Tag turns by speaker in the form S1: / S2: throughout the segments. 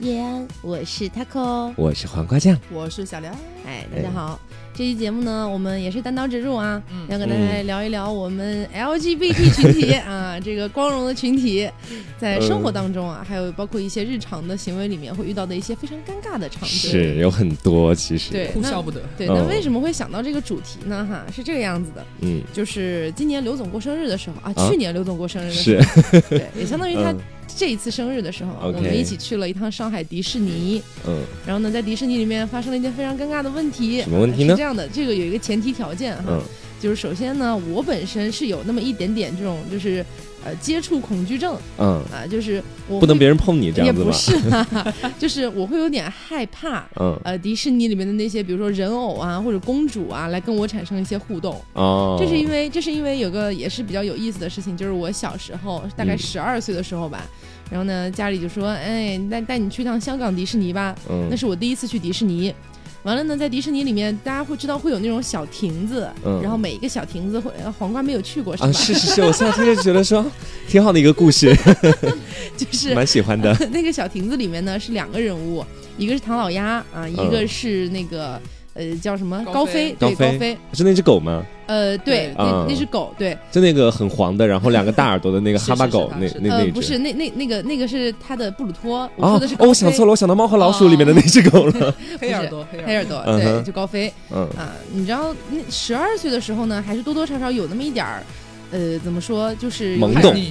S1: 叶安，我是 Taco。
S2: 我是黄瓜酱，
S3: 我是小梁，
S1: 哎，大家好，这期节目呢，我们也是单刀直入啊，
S3: 嗯
S1: 要跟大家聊一聊我们 LGBT 群体啊， 这个光荣的群体，在生
S2: 嗯
S1: 活当中啊，还有包括一些日常的行为里面会遇到的一些非常尴尬的场景。
S2: 是有很多其实，
S1: 对
S3: 哭
S1: 那
S3: 笑不得。
S1: 对，那
S2: 嗯
S1: 为什么会想到这个主题呢？哈，是这个样子的，
S2: 嗯，
S1: 就是今年刘总过生日的时候啊，
S2: 啊
S1: 去年刘总过生日的时
S2: 是
S1: 候，，对，也相当于他
S2: 嗯
S1: 这一次生日的时候，啊
S2: OK
S1: 我们一起去了一趟上海迪士尼。
S2: 嗯，
S1: 然后呢，在迪士尼里面发生了一件非常尴尬的问题。
S2: 什么问题呢
S1: 是这样的，这个有一个前提条件哈，
S2: 嗯
S1: 就是首先呢，我本身是有那么一点点这种就是呃接触恐惧症
S2: 嗯，
S1: 啊、就是我
S2: 不能
S1: 别
S2: 别人碰你这
S1: 也
S2: 样子
S1: 不
S2: 吧？
S1: 是啦，就是 我会有点害怕。
S2: 嗯
S1: 呃，迪士尼里面的那些，比如说人偶啊，或者公主啊，来跟我产生一些互动，
S2: 哦，
S1: 这是因为这是因为有个也是比较有意思的事情，就是我小时候大概
S2: 嗯
S1: 十二岁的时候吧，然后呢家里就说，哎，带带你去趟香港迪士尼吧，
S2: 嗯
S1: 那是我第一次去迪士尼。完了呢，在迪士尼里面，大家会知道会有那种小亭子，
S2: 嗯
S1: 然后每一个小亭子会，呃黄瓜没有去过是吧？
S2: 啊，是是是，我现在听着觉得说 挺好的一个故事，
S1: 就是
S2: 蛮喜欢的。
S1: 那个小亭子里面呢是两个人物，一个是唐老鸭
S2: 嗯
S1: 啊，一个是那个呃叫什么
S3: 高
S1: 高
S3: 飞
S1: 对
S2: 高飞
S1: 高飞，
S2: 是那只狗吗？
S1: 呃对
S3: 对，
S1: 那
S2: 嗯
S1: 那只狗对，
S2: 就那个很黄的，然后两个大耳朵的那个
S3: 是
S2: 哈巴狗，
S3: 是
S2: 那
S3: 是
S2: 那
S1: 呃
S2: 那
S1: 不
S2: 只
S1: 是。那那那个那个是他的布鲁托，我
S2: 哦
S1: 说的是高
S2: 哦，
S1: 飞，
S2: 我想错了，我想到《猫和老鼠》里面的那只狗了。
S3: 黑耳朵，黑
S1: 黑
S3: 耳
S1: 耳朵
S2: 嗯
S1: 对，
S2: 哼
S1: 就高飞。
S2: 嗯
S1: 啊，你知道，那十二岁的时候呢，还是多多少少有那么一点儿，呃，怎么说，就是
S2: 懵懂懂
S3: 朵，叛逆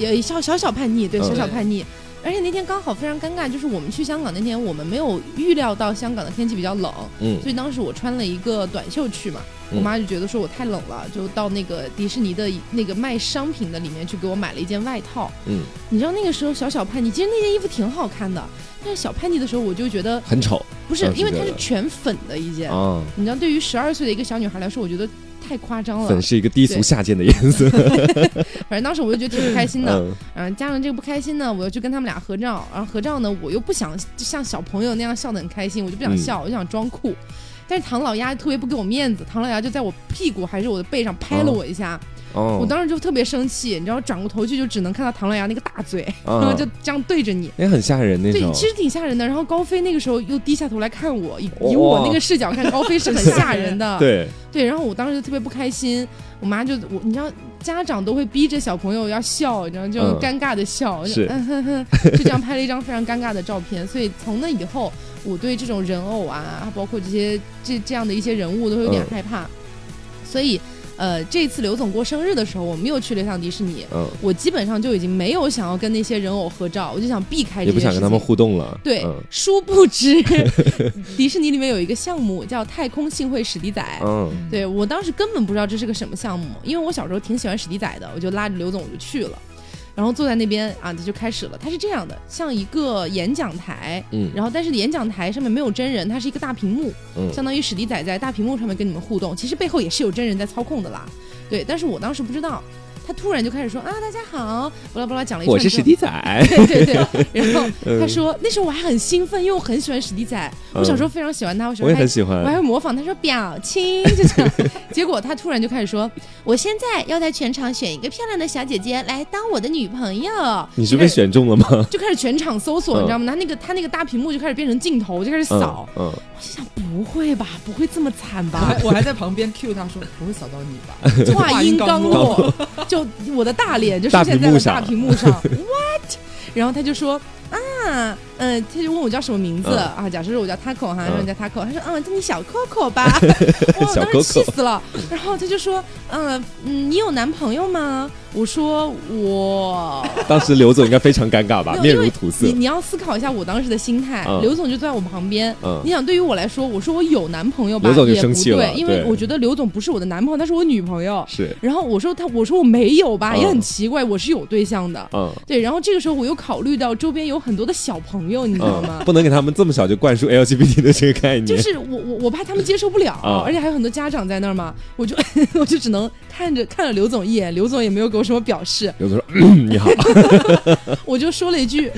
S1: 也小小小叛逆，对，
S2: 嗯
S1: 小小叛逆。而且那天刚好非常尴尬，就是我们去香港那天，我们没有预料到香港的天气比较冷，
S2: 嗯
S1: 所以当时我穿了一个短袖去嘛，
S2: 嗯
S1: 我妈就觉得说我太冷了，就到那个迪士尼的那个卖商品的里面去给我买了一件外套。
S2: 嗯，
S1: 你知道那个时候小小叛逆，其实那件衣服挺好看的，但是小叛逆的时候我就觉得
S2: 很丑
S1: 不是
S2: 当，时
S1: 因为它
S2: 觉
S1: 是
S2: 得
S1: 全粉的一件，
S2: 啊，
S1: 你知道，对于十二岁的一个小女孩来说，我觉得太夸张了。
S2: 粉是一个低俗
S1: 哦对
S2: 下贱的颜色。
S1: 反正当时我就觉得挺不开 心的。
S2: 嗯
S1: 嗯、加上这个不开心呢，我又去跟他们俩合照，然后合照呢，我又不想就像小朋友那样笑得很开心，我就不想
S2: 嗯
S1: 笑，我就想装酷。但是唐老鸭特别不给我面子，唐老鸭就在我屁股还是我的背上拍了我一下，我
S2: 哦，
S1: 当时就特别生气，你知道，转过头去就只能看到唐老鸭那个大嘴，然后
S2: 啊
S1: 就这样对着你。
S2: 那很吓人那
S1: 对
S2: 种，。
S1: 其实挺吓人的。然后高飞那个时候又低下头来看我，以
S2: 哇
S1: 以我那个视角看高飞是很吓人的。
S2: 对，
S1: 对，然后我当时就特别不开心，我妈就我，你知道，家长都会逼着小朋友要笑，你知道，就
S2: 嗯
S1: 尴尬的笑，就是嗯哼哼，就这样拍了一张非常尴尬的照片。所以从那以后，我对这种人偶啊，包括这些这这样的一些人物，都会有点
S2: 嗯
S1: 害怕。所以，呃，这次刘总过生日的时候，我们又去了一趟迪士尼，
S2: 嗯，
S1: 我基本上就已经没有想要跟那些人偶合照，我就想避开这
S2: 也
S1: 些
S2: 不想跟他们互动了。
S1: 对
S2: 嗯，
S1: 殊不知， 迪士尼里面有一个项目叫太空幸会史迪仔。
S2: 嗯，
S1: 对我当时根本不知道这是个什么项目，因为我小时候挺喜欢史迪仔的，我就拉着刘总我就去了，然后坐在那边啊，这就开始了。它是这样的，像一个演讲台，
S2: 嗯
S1: 然后但是演讲台上面没有真人，它是一个大屏幕，
S2: 嗯
S1: 相当于史迪仔在大屏幕上面跟你们互动，其实背后也是有真人在操控的啦。对，但是我当时不知道，他突然就开始说啊，大家好，巴拉巴拉讲了一串，
S2: 我是史迪。仔。
S1: 对对对， 然后他
S2: 嗯
S1: 说那时候我还很兴奋，因为我很喜欢史迪仔，我小时候非常喜欢他，我喜
S2: 嗯我
S1: 欢
S2: 也
S1: 他
S2: 很喜
S1: 我还
S2: 欢
S1: 会模仿他说表亲，就这样。 结果他突然就开始说：“我现在要在全场选一个漂亮的小姐姐来当我的女朋友。”
S2: 你是被选中了吗？
S1: 就开始全场搜索，
S2: 嗯
S1: 你知道吗？他那个他那个大屏幕就开始变成镜头，就开始
S2: 嗯
S1: 扫。
S2: 嗯，
S1: 我心想：不会吧，不会这么惨
S3: 我
S1: 吧
S3: 还？我还在旁边 Q 他说不会扫到你吧？
S1: 话音刚落，就我的大脸就出现在了大屏幕上，what？然后他就说啊，嗯、他就问我叫什么名字、
S2: 嗯
S1: 啊，假设是我叫 Taco 哈，
S2: 嗯
S1: 让人叫 Taco，他说嗯，叫你小 Coco 吧，哇我
S2: 小
S1: 当时气
S2: Coco
S1: 死了。然后他就说，嗯嗯，你有男朋友吗？我说我。
S2: 当时刘总应该非常尴尬吧，
S1: 没有
S2: 面
S1: 因为
S2: 如土色
S1: 你。你要思考一下我当时的心态，
S2: 嗯
S1: 刘总就坐在我旁边。
S2: 嗯
S1: 你想，对于我来说，我说我有男朋友吧，
S2: 刘总就
S1: 也不
S2: 生气了
S1: 对，因为
S2: 对
S1: 我觉得刘总不是我的男朋友，他是我女朋友。
S2: 是，
S1: 然后我说他，我说我没有吧，
S2: 嗯
S1: 也很奇怪，我是有对象的。
S2: 嗯
S1: 对，然后这个时候我又考虑到周边有很多的小朋友，你知道吗
S2: 嗯，？不能给他们这么小就灌输 LGBT 的这个概念。
S1: 就是我我我怕他们接受不了，
S2: 嗯
S1: 而且还有很多家长在那儿嘛，我就 我就只能看着看了刘总一眼，刘总也没有给我什么表示，
S2: 刘总说：“嗯你好
S1: 我就说了一句，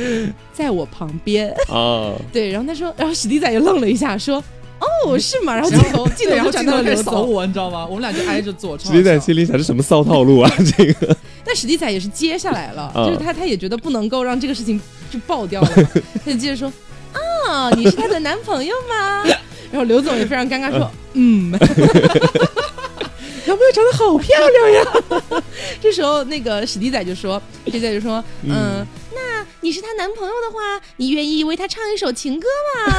S1: 在我旁边。
S2: 啊，
S1: 对，然后他说，然后史迪仔也愣了一下，说哦是吗？然后镜头镜
S3: 对然
S1: 头
S3: 后
S1: 就转
S3: 镜
S1: 到
S3: 头
S1: 了
S3: 开始
S1: 刘
S3: 扫
S1: 总，
S3: 我，你知道吗？我们俩就挨着坐，超
S2: 史迪仔
S3: 好笑
S2: 心里想这什么骚套路啊？这 个
S1: 但史迪仔也是接下来了，
S2: 嗯
S1: 就是他他也觉得不能够让这个事情就爆掉了嘛，他就接着说。哦，你是她的男朋友吗？ 然后刘总也非常尴尬说，嗯。 小朋友长得好漂亮呀！这时候，那个史迪仔就说：“史迪仔就说，嗯，那你是她男朋友的话，你愿意为她唱一首情歌吗？”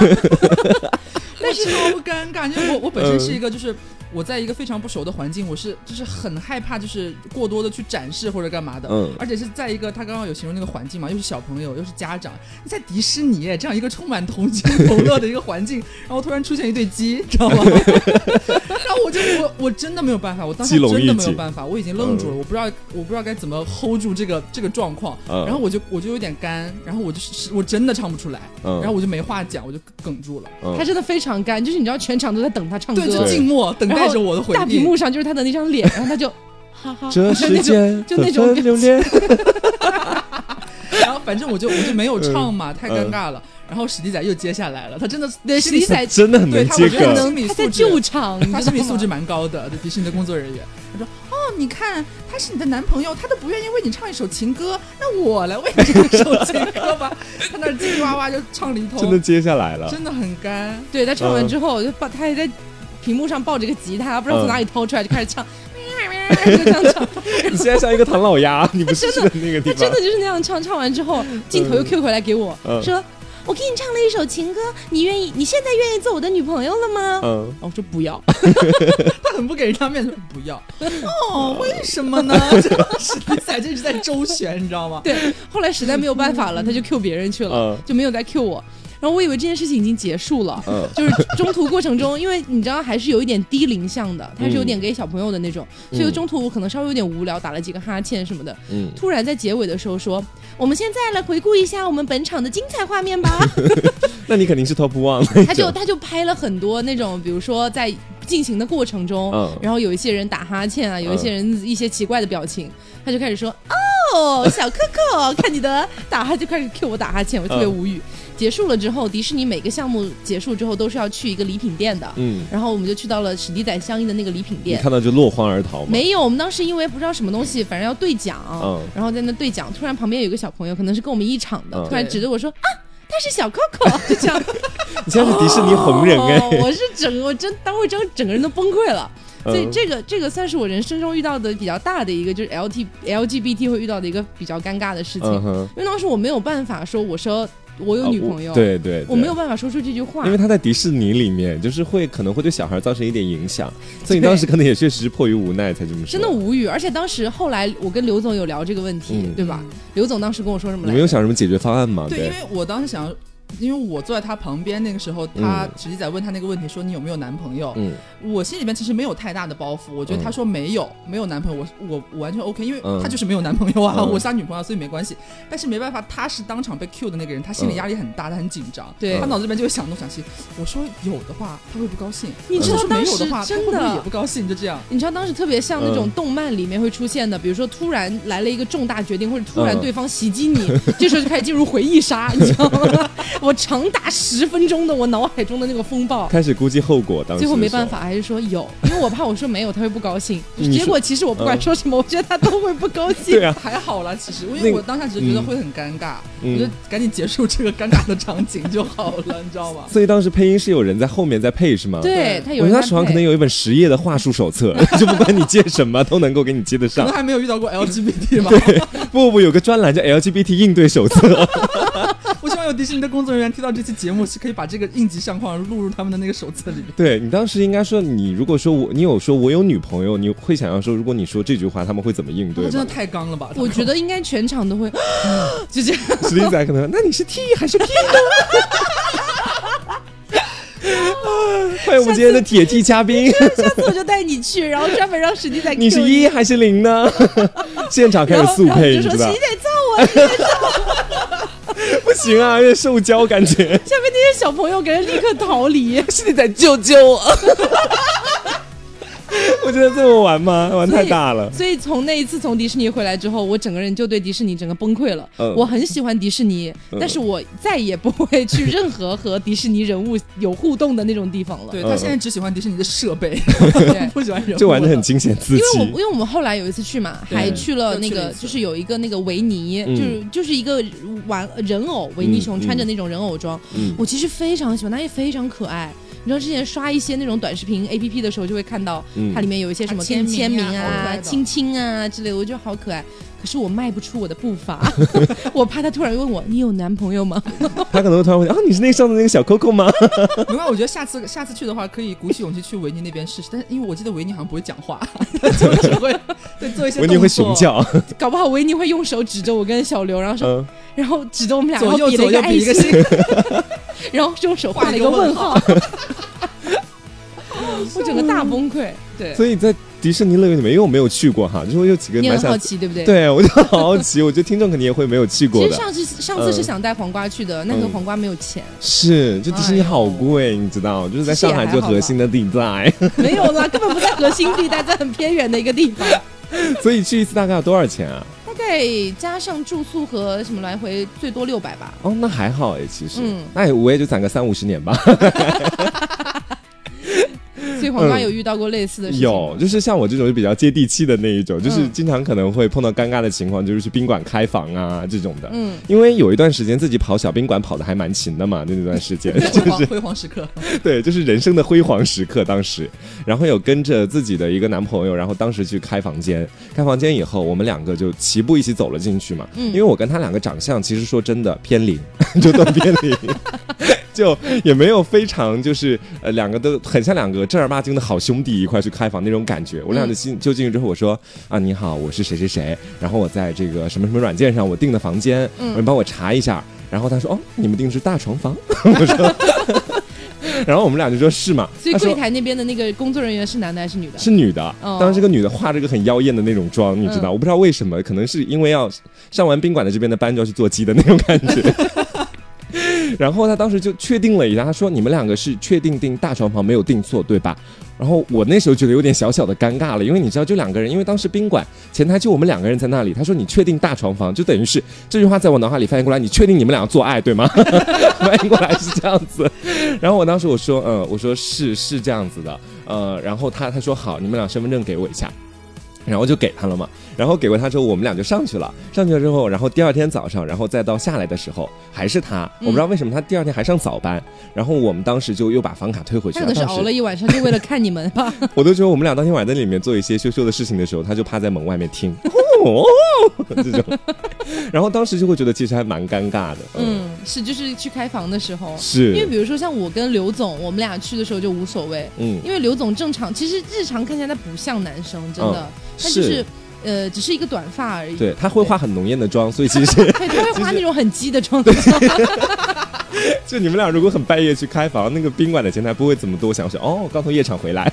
S3: 但是超尴尬，因为我我本
S2: 嗯
S3: 身是一个就是。我在一个非常不熟的环境，我是就是很害怕，就是过多的去展示或者干嘛的，
S2: 嗯
S3: 而且是在一个他刚刚有形容那个环境嘛，又是小朋友，又是家长，在迪士尼耶这样一个充满童 真同乐的一个环境，然后突然出现一对鸡，知道吗？ 然后我就我我真的没有办法，我当时
S2: 鸡笼
S3: 真的
S2: 一嗯
S3: 没有
S2: 起
S3: 办法，我已经愣住了，我不知道我不知道该怎么 hold 住这个这个状况，
S2: 嗯
S3: 然后我就我就有点干，然后我就是我真的唱不出来，
S2: 嗯
S3: 然后我就没话讲，我就哽住了。
S2: 嗯
S1: 他真的非常干，就是你知道全场都在等他唱歌，
S3: 哦嗯对，就静默，等待着我的回应。
S1: 大屏幕上就是他的那张脸，然后他就哈哈，
S2: 这
S1: 就那
S2: 世
S1: 种
S2: 间
S1: 就那种
S2: 纷纷流连，
S3: 然后反正我就我就没有唱嘛，太尴尬了。然后史迪仔又接下来了，他真的
S1: 嗯对
S3: 心理
S1: 史迪仔
S2: 真的很
S3: 对
S2: 能
S3: 他
S2: 接
S3: 我觉得
S1: 他
S3: 很
S2: 梗。
S3: 能
S1: 能
S3: 心理
S1: 他
S3: 素
S1: 在
S3: 质
S1: 救场，你
S3: 他
S1: 知
S3: 心
S1: 道
S3: 理素
S1: 吗
S3: 质蛮高的，对 迪士尼的工作人员。他说：“哦，你看，他是你的男朋友，他都不愿意为你唱一首情歌，那我来为你唱一首情歌吧。” 他那叽里哇哇就唱了一通，
S2: 真的接下来了，
S3: 真的很干。
S1: 对他唱完
S2: 嗯
S1: 之后，就抱他也在屏幕上抱着个吉他，不知道从哪里掏出来，就开始 唱，就这样唱，
S2: 你现在像一个唐老鸭，你不是
S1: 真的
S2: 那个地
S1: 他
S2: 方，
S1: 真的就是那样唱。唱完之后，镜头又
S2: 嗯
S1: Q 回来给我
S2: 嗯
S1: 说：“我给你唱了一首情歌，你愿意？你现在愿意做我的女朋友了吗？”
S2: 嗯，
S1: 然后我说不要，
S3: 他很不给人家面子，说不要。哦，为什么呢？就史迪仔就一直在周旋，你知道吗？
S1: 对，后来实在没有办法了，他就 Q 别人去了
S2: 嗯，
S1: 就没有再 Q 我。然后我以为这件事情已经结束了，
S2: 嗯
S1: 就是中途过程中，因为你知道还是有一点低龄向的，它是有
S2: 嗯
S1: 点给小朋友的那种，所以中途我可能稍微有点无聊，打了几个哈欠什么的。
S2: 嗯，
S1: 突然在结尾的时候说：“我们现在来回顾一下我们本场的精彩画 面吧。
S2: 那你肯定是 top one，”
S1: 他就他就拍了很多那种，比如说在进行的过程中，
S2: 嗯
S1: 然后有一些人打哈欠啊，有一些人一些奇怪的表情，他就开始说：“哦，小可 可，看你的打哈就开始 Q 我打哈欠，我特别
S2: 嗯
S1: 无语。结束了之后，迪士尼每个项目结束之后都是要去一个礼品店的，
S2: 嗯，
S1: 然后我们就去到了史迪仔相应的那个礼品
S2: 你
S1: 店。
S2: 看到就落荒而逃嘛，
S1: 没有，我们当时因为不知道什么东西，反正要兑奖，
S2: 嗯
S1: 然后在那兑奖，突然旁边有一个小朋友，可能是跟我们一场的，
S2: 嗯
S1: 突然指着我说啊。他是小 Coco，就这 样。
S2: 你现在是迪士尼红人哎、
S1: 哦我是整 个，我真当我真整个人都崩溃了。所以
S2: 嗯
S1: 哦这个这个算是我人生中遇到的比较大的一个，就是 L T L G B T 会遇到的一个比较尴尬的事情。
S2: 嗯哼，
S1: 因为当时我没有办法说，我说我有女朋友，
S2: 啊我对对，对
S1: 我没有。办法说出这句话
S2: 因。为他在迪士尼里面，就是会可能会对小孩造成一点影响，所以你当时可能也确实是迫于无奈才这么说。
S1: 真的，无语，而且当时后来我跟刘总有聊这个问题，
S2: 嗯
S1: 对吧？刘总当时跟我说什么
S2: 你
S1: 来
S2: 们有
S1: 着？
S2: 想什么解决方案吗？
S3: 对，因为我当时想要，因为我坐在他旁边那个时候，他
S2: 嗯
S3: 直接在问他那个问题，说你有没有男朋友？
S2: 嗯
S3: 我心里面其实没有太大的包袱，我觉得
S2: 嗯
S3: 他说没有，没有男朋友，我我我完全 OK，因为
S2: 嗯
S3: 他就是没有男朋友啊，
S2: 嗯
S3: 我是他女朋友，所以没关系。但是没办法，他是当场被 Q 的那个人，他心理压力很大，他很紧张，
S1: 对
S3: 他脑子里面就会想东想西。我说有的话，他会不高兴；
S1: 你知道
S3: 我说没有的
S1: 当
S3: 话，
S1: 时
S3: 他
S1: 真
S3: 会
S1: 的
S3: 不会也不高兴？就这样。
S1: 你知道当时特别像那种
S2: 嗯
S1: 动漫里面会出现的，比如说突然来了一个重大决定，或者突然
S2: 嗯
S1: 对方袭击你， 这时候就开始进入回忆杀，你知道吗？ 我长达十分钟的我脑海中的那个风暴，
S2: 开始估计后果，当时
S1: 最后
S2: 的
S1: 没
S2: 时候
S1: 办，法，还是说有，因为我怕我说没有他会不高兴。
S2: 你说
S1: 结果其实我不管
S2: 嗯
S1: 说什么，我觉得他都会不高兴。
S2: 对啊，
S3: 还好啦，其实因
S2: 那
S3: 为
S2: 个
S3: 我当下只是觉得会很尴尬，
S2: 嗯
S3: 我觉得赶紧结束这个尴尬的场景就好了，你知道吗？
S2: 所以当时配音是有人在后面在配是吗？
S1: 对他有
S2: 我
S1: 人
S2: 觉得
S1: 搭
S2: 他手上
S1: 配
S2: 可能有一本十页的话术手册， 就不管你借什么都能够给你接得
S3: 可
S2: 上
S3: 能。还没有遇到过 LGBT 吧。
S2: 不不，有个专栏叫 LGBT 应对手 册，
S3: 我希望有迪士尼的工作人员听到这期节目，是可以把这个应急相框录入他们的那个手册里面。
S2: 对你当时应该说，你如果说我，你有说我有女朋友，你会想要说，如果你说这句话，他们会怎么应
S3: 他
S1: 哦
S2: 对
S3: 们真的
S2: 吗？
S3: 太刚了吧？
S1: 我觉得应该全场都会， 就这样。
S2: 史力仔可能，那你是 T 还是 P 呢？ 欢迎我们今天的铁 T 嘉宾，
S1: 下次我就带你去，然后专门让史迪仔 Q
S2: 你是一还是 零呢？现场开
S1: 然
S2: 始
S1: 后
S2: 速
S1: 然后
S2: 配，
S1: 你
S2: 你
S1: 就
S2: 知
S1: 说啊
S2: 道
S1: 史迪？仔造我，下
S2: 不行啊，有点受教感 觉。
S1: 面那些 小朋友给人立刻逃离。
S2: 是你在救救我。我觉得这么玩吗？玩
S1: 所以
S2: 太大了。
S1: 所以从那一次从迪士尼回来之后，我整个人就对迪士尼整个崩溃了。
S2: 嗯
S1: 我很喜欢迪士尼，
S2: 嗯
S1: 但是我再也不会去任何和迪士尼人物有互动的那种地方了。
S3: 对
S2: 嗯
S3: 他现在只喜欢迪士尼的设备，
S1: 对
S3: 不喜欢人物。
S2: 就玩的很惊险刺
S1: 因为我因
S2: 激，
S1: 为我们后来有一次去嘛，
S2: 对
S1: 还去了
S3: 又
S1: 那
S3: 去了
S1: 个
S3: 一次
S1: 就是有一个那个维尼，
S2: 嗯
S1: 就是就是一个玩呃人偶维尼熊，
S2: 嗯
S1: 穿着那种人偶装，
S2: 嗯
S1: 我其实非常喜欢，它也非常可爱。你知道之前刷一些那种短视频 A P P 的时候，就会看到
S2: 嗯
S1: 它里面有一些什么
S3: 啊
S1: 跟签
S3: 签
S1: 名
S3: 名啊
S1: 啊
S3: 好可爱、的
S1: 亲亲啊之类的，我觉得好可爱。可是我迈不出我的步 伐，我怕他突然问我：“你有男朋友吗
S2: 他可能会突然会啊，你是那上次那个小 Coco 吗？
S3: 没关系，我觉得下次下次去的话，可以鼓起勇气去维尼那边试试。但是因为我记得维尼好像不会讲话，他就只会对做一些
S2: 维尼会
S3: 动作
S2: 熊， 叫，？”
S1: 搞不好维尼会用手指着我跟小刘，然后说，
S2: 嗯，
S1: 然后指着我们俩，然
S3: 左
S1: 后
S3: 右
S1: 比了
S3: 左
S1: 一
S3: 右
S1: 个
S3: 比
S1: 爱
S3: 一个
S1: 心，
S3: 心，
S1: 然后用手画了一个问号，我整个大崩溃。
S3: 对，
S2: 嗯所以在迪士尼乐园里面，因为我没有去过哈，就是我有几个
S1: 你
S2: 蛮
S1: 很好
S2: 想，
S1: 奇对不对？。
S2: 对我就好好奇，我 觉得听众肯定也会没有去
S1: 其
S2: 过
S1: 实
S2: 的，
S1: 上次上次是
S2: 嗯
S1: 想带黄瓜去的，那个
S2: 嗯
S1: 黄瓜没有钱。
S2: 是，就迪士尼
S3: 哎呦
S2: 好贵，你知道，就是在
S1: 其实
S2: 上
S1: 也
S2: 海
S1: 还
S2: 就
S1: 好吧
S2: 核心的地带，
S1: 没有啦，根本不在核心地带，在很偏远的一个地方。
S2: 所以去一次大概要多少钱啊？
S1: 大概加上住宿和什么来回，最多六百吧。
S2: 哦，那还好哎，其实
S1: 嗯，
S2: 那也我也就攒个三五十年吧。
S1: 所以黄瓜有遇到过类似的事情吗、
S2: 有，就是像我这种就比较接地气的那一种，就是
S1: 嗯
S2: 经常可能会碰到尴尬的情况，就是去宾馆开房啊这种的。
S1: 嗯，
S2: 因为有一段时间自己跑小宾馆跑的还蛮勤的嘛，那段时间
S3: 辉煌辉煌时刻，
S2: 对，就是人生的辉煌时刻。当时，然后有跟着自己的一个男朋友，然后当时去开房间，开房间以后，我们两个就齐步一起走了进去嘛。
S1: 嗯
S2: 因为我跟他两个长相，其实说真的偏零， 就都偏零。 就也没有非常就是呃两个都很像两个正儿八经的好兄弟一块去开房那种感觉。我俩就进就进去之后，我说啊你好，我是谁谁谁，然后我在这个什么什么软件上我订的房间，
S1: 嗯
S2: 你帮我查一下。然后他说哦你们订的是大床房， 我说，然后我们俩就说是吗？
S1: 所以
S2: 他说
S1: 柜台那边的那个工作人员是男的还是女的？
S2: 是女的，
S1: 哦
S2: 当时这个女的化着个很妖艳的那种妆，你知
S1: 嗯
S2: 道，我不知道为什么，可能是因为要上完宾馆的这边的班就要去做鸡的那种感 觉。然后她当时就确定了一下，她说：“你们两个是确定订大床房没有订错对吧？”然后我那时候觉得有点小小的尴尬了，因为你知道，就两个人，因为当时宾馆前台就我们两个人在那里。她说：“你确定大床房？”就等于是这句话在我脑海里翻译过来，你确定你们俩要做爱对吗？翻译过来是这样子。然后我当时我说：“嗯，我说是是这样子的。”呃，然后他他说好，你们俩身份证给我一下。然后就给他了嘛，然后给过他之后，我们俩就上去了。上去了之后，然后第二天早上，然后再到下来的时候，还是他。
S1: 嗯
S2: 我不知道为什么他第二天还上早班。然后我们当时就又把房卡退回去
S1: 他
S2: 了。
S1: 可能是
S2: 啊当时
S1: 熬了一晚上，就为了看你 们吧。
S2: 我都觉得我们俩当天晚上在里面做一些羞羞的事情的时候，他就趴在门外面听，哦，这种。然后当时就会觉得其实还蛮尴尬的。嗯，
S1: 嗯，是，就是去开房的时候，因为
S2: 是，
S1: 比如说像我跟刘总，我们俩去的时候就无所谓，
S2: 嗯，，
S1: 因为刘总正常，其实日常看起来他不像男生，真的，他就是呃，只是一个短发而已。
S2: 嗯对，他会化很浓艳的妆，所以其实
S1: 对，他会
S2: 其
S1: 化
S2: 实
S1: 那种很鸡的妆妆。
S2: 就你们俩如果很半夜去开房，那个宾馆的前台不会怎么多想，说哦，刚从夜场回来。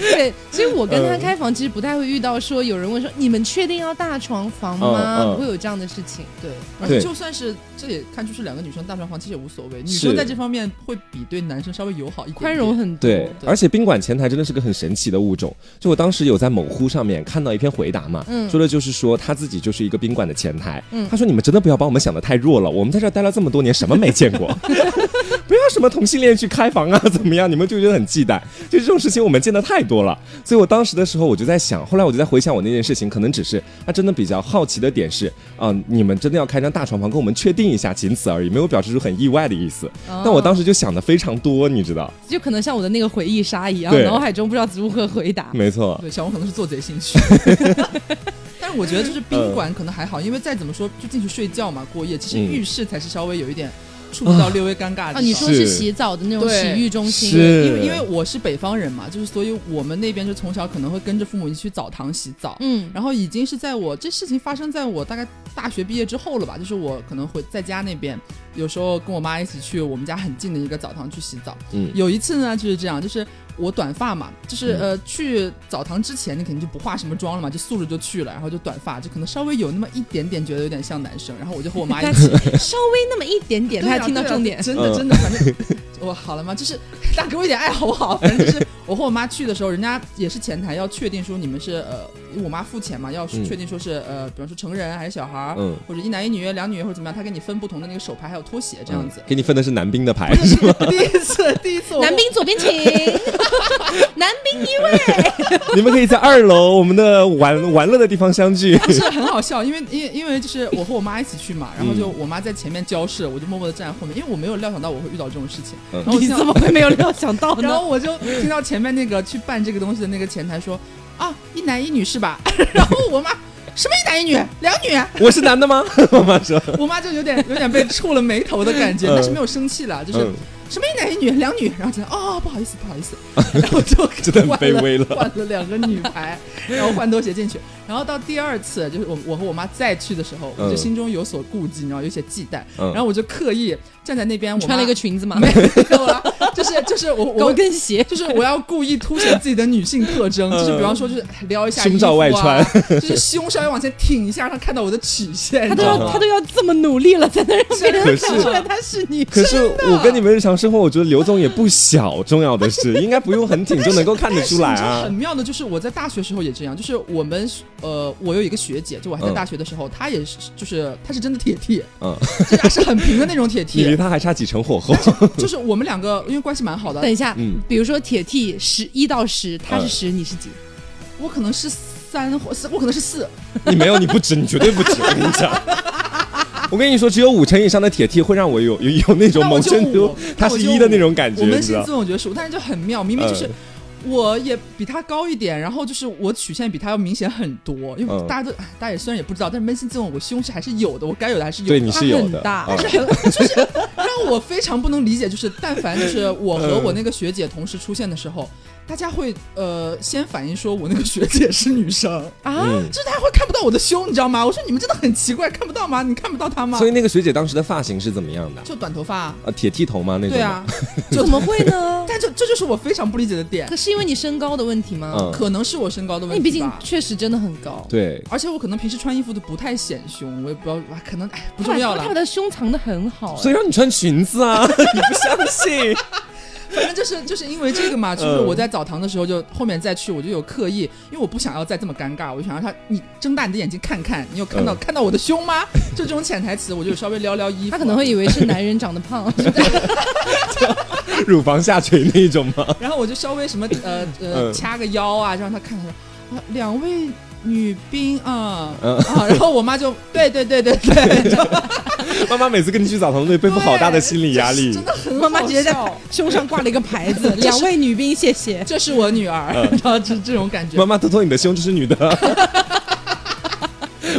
S1: 对， 所以我跟他
S2: 嗯
S1: 开房其实不太会遇到说有人问说你们确定要大床房
S2: 嗯
S1: 吗？
S2: 嗯
S1: 不会有这样的事情。
S3: 对，而
S2: 对
S3: 且就算是这也看出是两个女生大床房，其实也无所谓，女
S2: 是
S3: 生在这方面会比对男生稍微友好一点点，
S1: 宽容很多。
S2: 对，而且宾馆前台真的是个很神奇的物种。就我当时有在某乎上面看到一篇回答嘛，
S1: 嗯
S2: 说的就是说他自己就是一个宾馆的前台，
S1: 嗯
S2: 他说你们真的不要把我们想的太弱了，我们在这儿待了这么多年，什么没 见过，不要什么同性恋去开房啊，怎么样？你们就觉得很忌惮，就这种事情我们见的太多了。所以我当时的时候我就在想，后来我就在回想我那件事情，可能只是他真的比较好奇的点是，啊、你们真的要开张大床房，跟我们确定一下，仅此而已，没有表示出很意外的意思。
S1: 哦，
S2: 但我当时就想的非常多，你知道，
S1: 就可能像我的那个回忆杀一样，
S2: 对
S1: 脑海中不知道如何回答。
S2: 没错。
S3: 对，小红可能是做贼心虚。 但是我觉得就是宾馆可能还好，因为再怎么说就进去睡觉嘛，过夜。其实
S2: 嗯
S3: 浴室才是稍微有一点触不到略微尴尬的地方。
S1: 啊，你说是
S2: 是
S1: 洗澡的那种洗
S3: 对
S1: 浴中心，
S2: 是
S3: 因为因为我是北方人嘛，就是所以我们那边就从小可能会跟着父母一起去澡堂洗澡。
S1: 嗯，
S3: 然后已经是在我这事情发生在我大概大学毕业之后了吧，就是我可能会在家那边，有时候跟我妈一起去我们家很近的一个澡堂去洗澡。
S2: 嗯
S3: 有一次呢就是这样，就是我短发嘛，就是、
S2: 嗯
S3: 呃去澡堂之前你肯定就不化什么妆了嘛，就素着就去了，然后就短发，就可能稍微有那么一点点觉得有点像男生，然后我就和我 妈一起。
S1: 稍微那么一点点，
S3: 对
S1: 他
S3: 啊
S1: 听到
S3: 对啊
S1: 重点。
S3: 真
S2: 嗯
S3: 的真的，反正我好了吗？就是大家给我一点爱好不好？反正就是我和我妈去的时候，人家也是前台要确定说你们是呃，因为我妈付钱嘛，要
S2: 嗯
S3: 确定说是、呃，比方说成人还是小孩儿，
S2: 嗯，
S3: 或者一男一女、两女或者怎么样，他给你分不同的那个手牌还有拖鞋这样子
S2: 嗯。给你分的是男兵的牌，
S3: 第一次，第一次我
S1: 男宾左边请，男宾一位。
S2: 你们可以在二楼我们的玩玩乐的地方相聚。
S3: 不是很好笑，因为因为因为就是我和我妈一起去嘛，然后就
S2: 嗯
S3: 我妈在前面交涉，我就默默的站在后面，因为我没有料想到我会遇到这种事情。
S2: 嗯
S3: 然后我
S1: 你
S3: 想
S1: 怎么会没有料想到
S3: 然
S1: 呢？
S3: 后我就听到前面那个去办这个东西的那个前台说：“啊，一男一女是吧？” 然后我妈什么一男一女，两女，啊
S2: 我是男的吗？ 我妈说，
S3: 我妈就有点有点被触了眉头的感觉，
S2: 嗯
S3: 但是没有生气了，就是
S2: 嗯，
S3: 什么一男一女，两女，然后就哦，不好意思，不好意思， 然后就
S2: 真的很卑微了
S3: 了， 换了两个女排，然后换拖鞋进去，然后到第二次就是我我和我妈再去的时候，我就
S2: 嗯
S3: 心中有所顾忌，你知道有些忌惮，
S2: 嗯
S3: 然后我就刻意站在那边，我
S1: 穿了一
S3: 妈
S1: 个裙子嘛，
S3: 没有啦，就是就是我
S1: 高
S3: 我
S1: 跟鞋。
S3: 就是我要故意凸显自己的女性特 征，就是比方说就是撩一下
S2: 嗯胸
S3: 衣服
S2: 罩
S3: 啊
S2: 外穿，
S3: 就是胸稍微往前挺一下，让看到我的曲线，
S1: 他都
S3: 你知道
S1: 要
S3: 吗
S1: 他都要这么努力了，才能
S2: 嗯
S1: 让别人
S2: 可是
S1: 看出来他是你。
S2: 可是我跟你们日常生活，我觉得刘总也不小。重要的 是，应该不用很挺就能够看得出来
S3: 但是你知道
S2: 啊
S3: 很。妙的就是我在大学时候也这样，就是我们呃，我有一个学姐，就我还在
S2: 嗯
S3: 大学的时候，她也是就是她是真的铁 T，
S2: 嗯，
S3: 就是她是很平的那种铁
S2: 你离
S3: T，
S2: 他还差几成火候。
S3: 就是我们两个因为关系蛮好的
S1: 等，一下，
S2: 嗯
S1: 比如说铁 T 十一到十，他是十，你是几？
S3: 我可能是三或四，我可能是四，
S2: 你没有，你不止，你绝对不止。我跟你讲， 我跟你说，只有五成以上的铁 T 会让我有有有那种
S3: 那
S2: 某
S3: 我就
S2: 程度
S3: 五
S2: 他是一的那种感觉，
S3: 我
S2: 你
S3: 们
S2: 知
S3: 是
S2: 道？
S3: 自我觉得熟，但是就很妙，明明就是。
S2: 嗯
S3: 我也比她高一点，然后就是我曲线比她要明显很多，因
S2: 嗯
S3: 为大家都、哎大家也虽然也不知道，但是扪心自问，我胸是还是有的，我该有的还是有的。
S2: 对，你是有
S1: 很
S2: 的。
S1: 大
S2: 嗯
S3: 是很就是让我非常不能理解，就是但凡就是我和
S2: 嗯
S3: 我那个学姐同时出现的时候，大家会呃先反应说我那个学姐是女生，
S1: 啊，
S2: 嗯，
S3: 就是大家会看不到我的胸，你知道吗？我说你们真的很奇怪，看不到吗？你看不到她吗
S2: 所？以那个学姐当时的发型是怎么样的？
S3: 就短头发、啊，
S2: 啊，铁剃头吗？那种？
S3: 对啊，，
S1: 怎么会呢？
S3: 但就这就是我非常不理解的点
S1: 可，是因为你身高的问题吗？
S2: 嗯，
S3: 可能是我身高的问
S1: 你毕
S3: 题
S1: 竟
S3: 吧。
S1: 确实真的很高，
S2: 对，
S3: 而且我可能平时穿衣服都不太显胸，我也不知道，啊可能哎不
S1: 他把
S3: 重要
S1: 他
S3: 了
S1: 把他。的胸藏的很好，哎
S2: 所以让你穿裙子啊，你不相信？
S3: 反正就是就是因为这个 嘛，
S2: 嗯
S3: 就是我在澡堂的时候就后面再去，我就有刻意，因为我不想要再这么尴尬，我就想让他你睁大你的眼睛看看，你有看到、
S2: 嗯
S3: 看到我的胸吗？ 就这种潜台词，我就稍微撩撩衣服。啊
S1: 他可能会，以为是男人长得 胖，
S2: 乳房下垂那种 吗？
S3: 然后我就稍微什么呃
S2: 嗯
S3: 呃掐个腰啊，让他看看。啊，两位女兵啊、
S2: 嗯
S3: 啊，然后我妈就对对对对对，
S2: 妈妈每次跟你去澡堂都得背负好大的心理压力
S3: 真。的很
S1: 妈妈直接在
S3: 好笑
S1: 胸上挂了一个牌 子，两位女兵，谢谢。
S3: 这是我女儿，
S2: 嗯
S3: 然后这这种感觉
S2: 妈。妈偷偷你的胸，这是女的。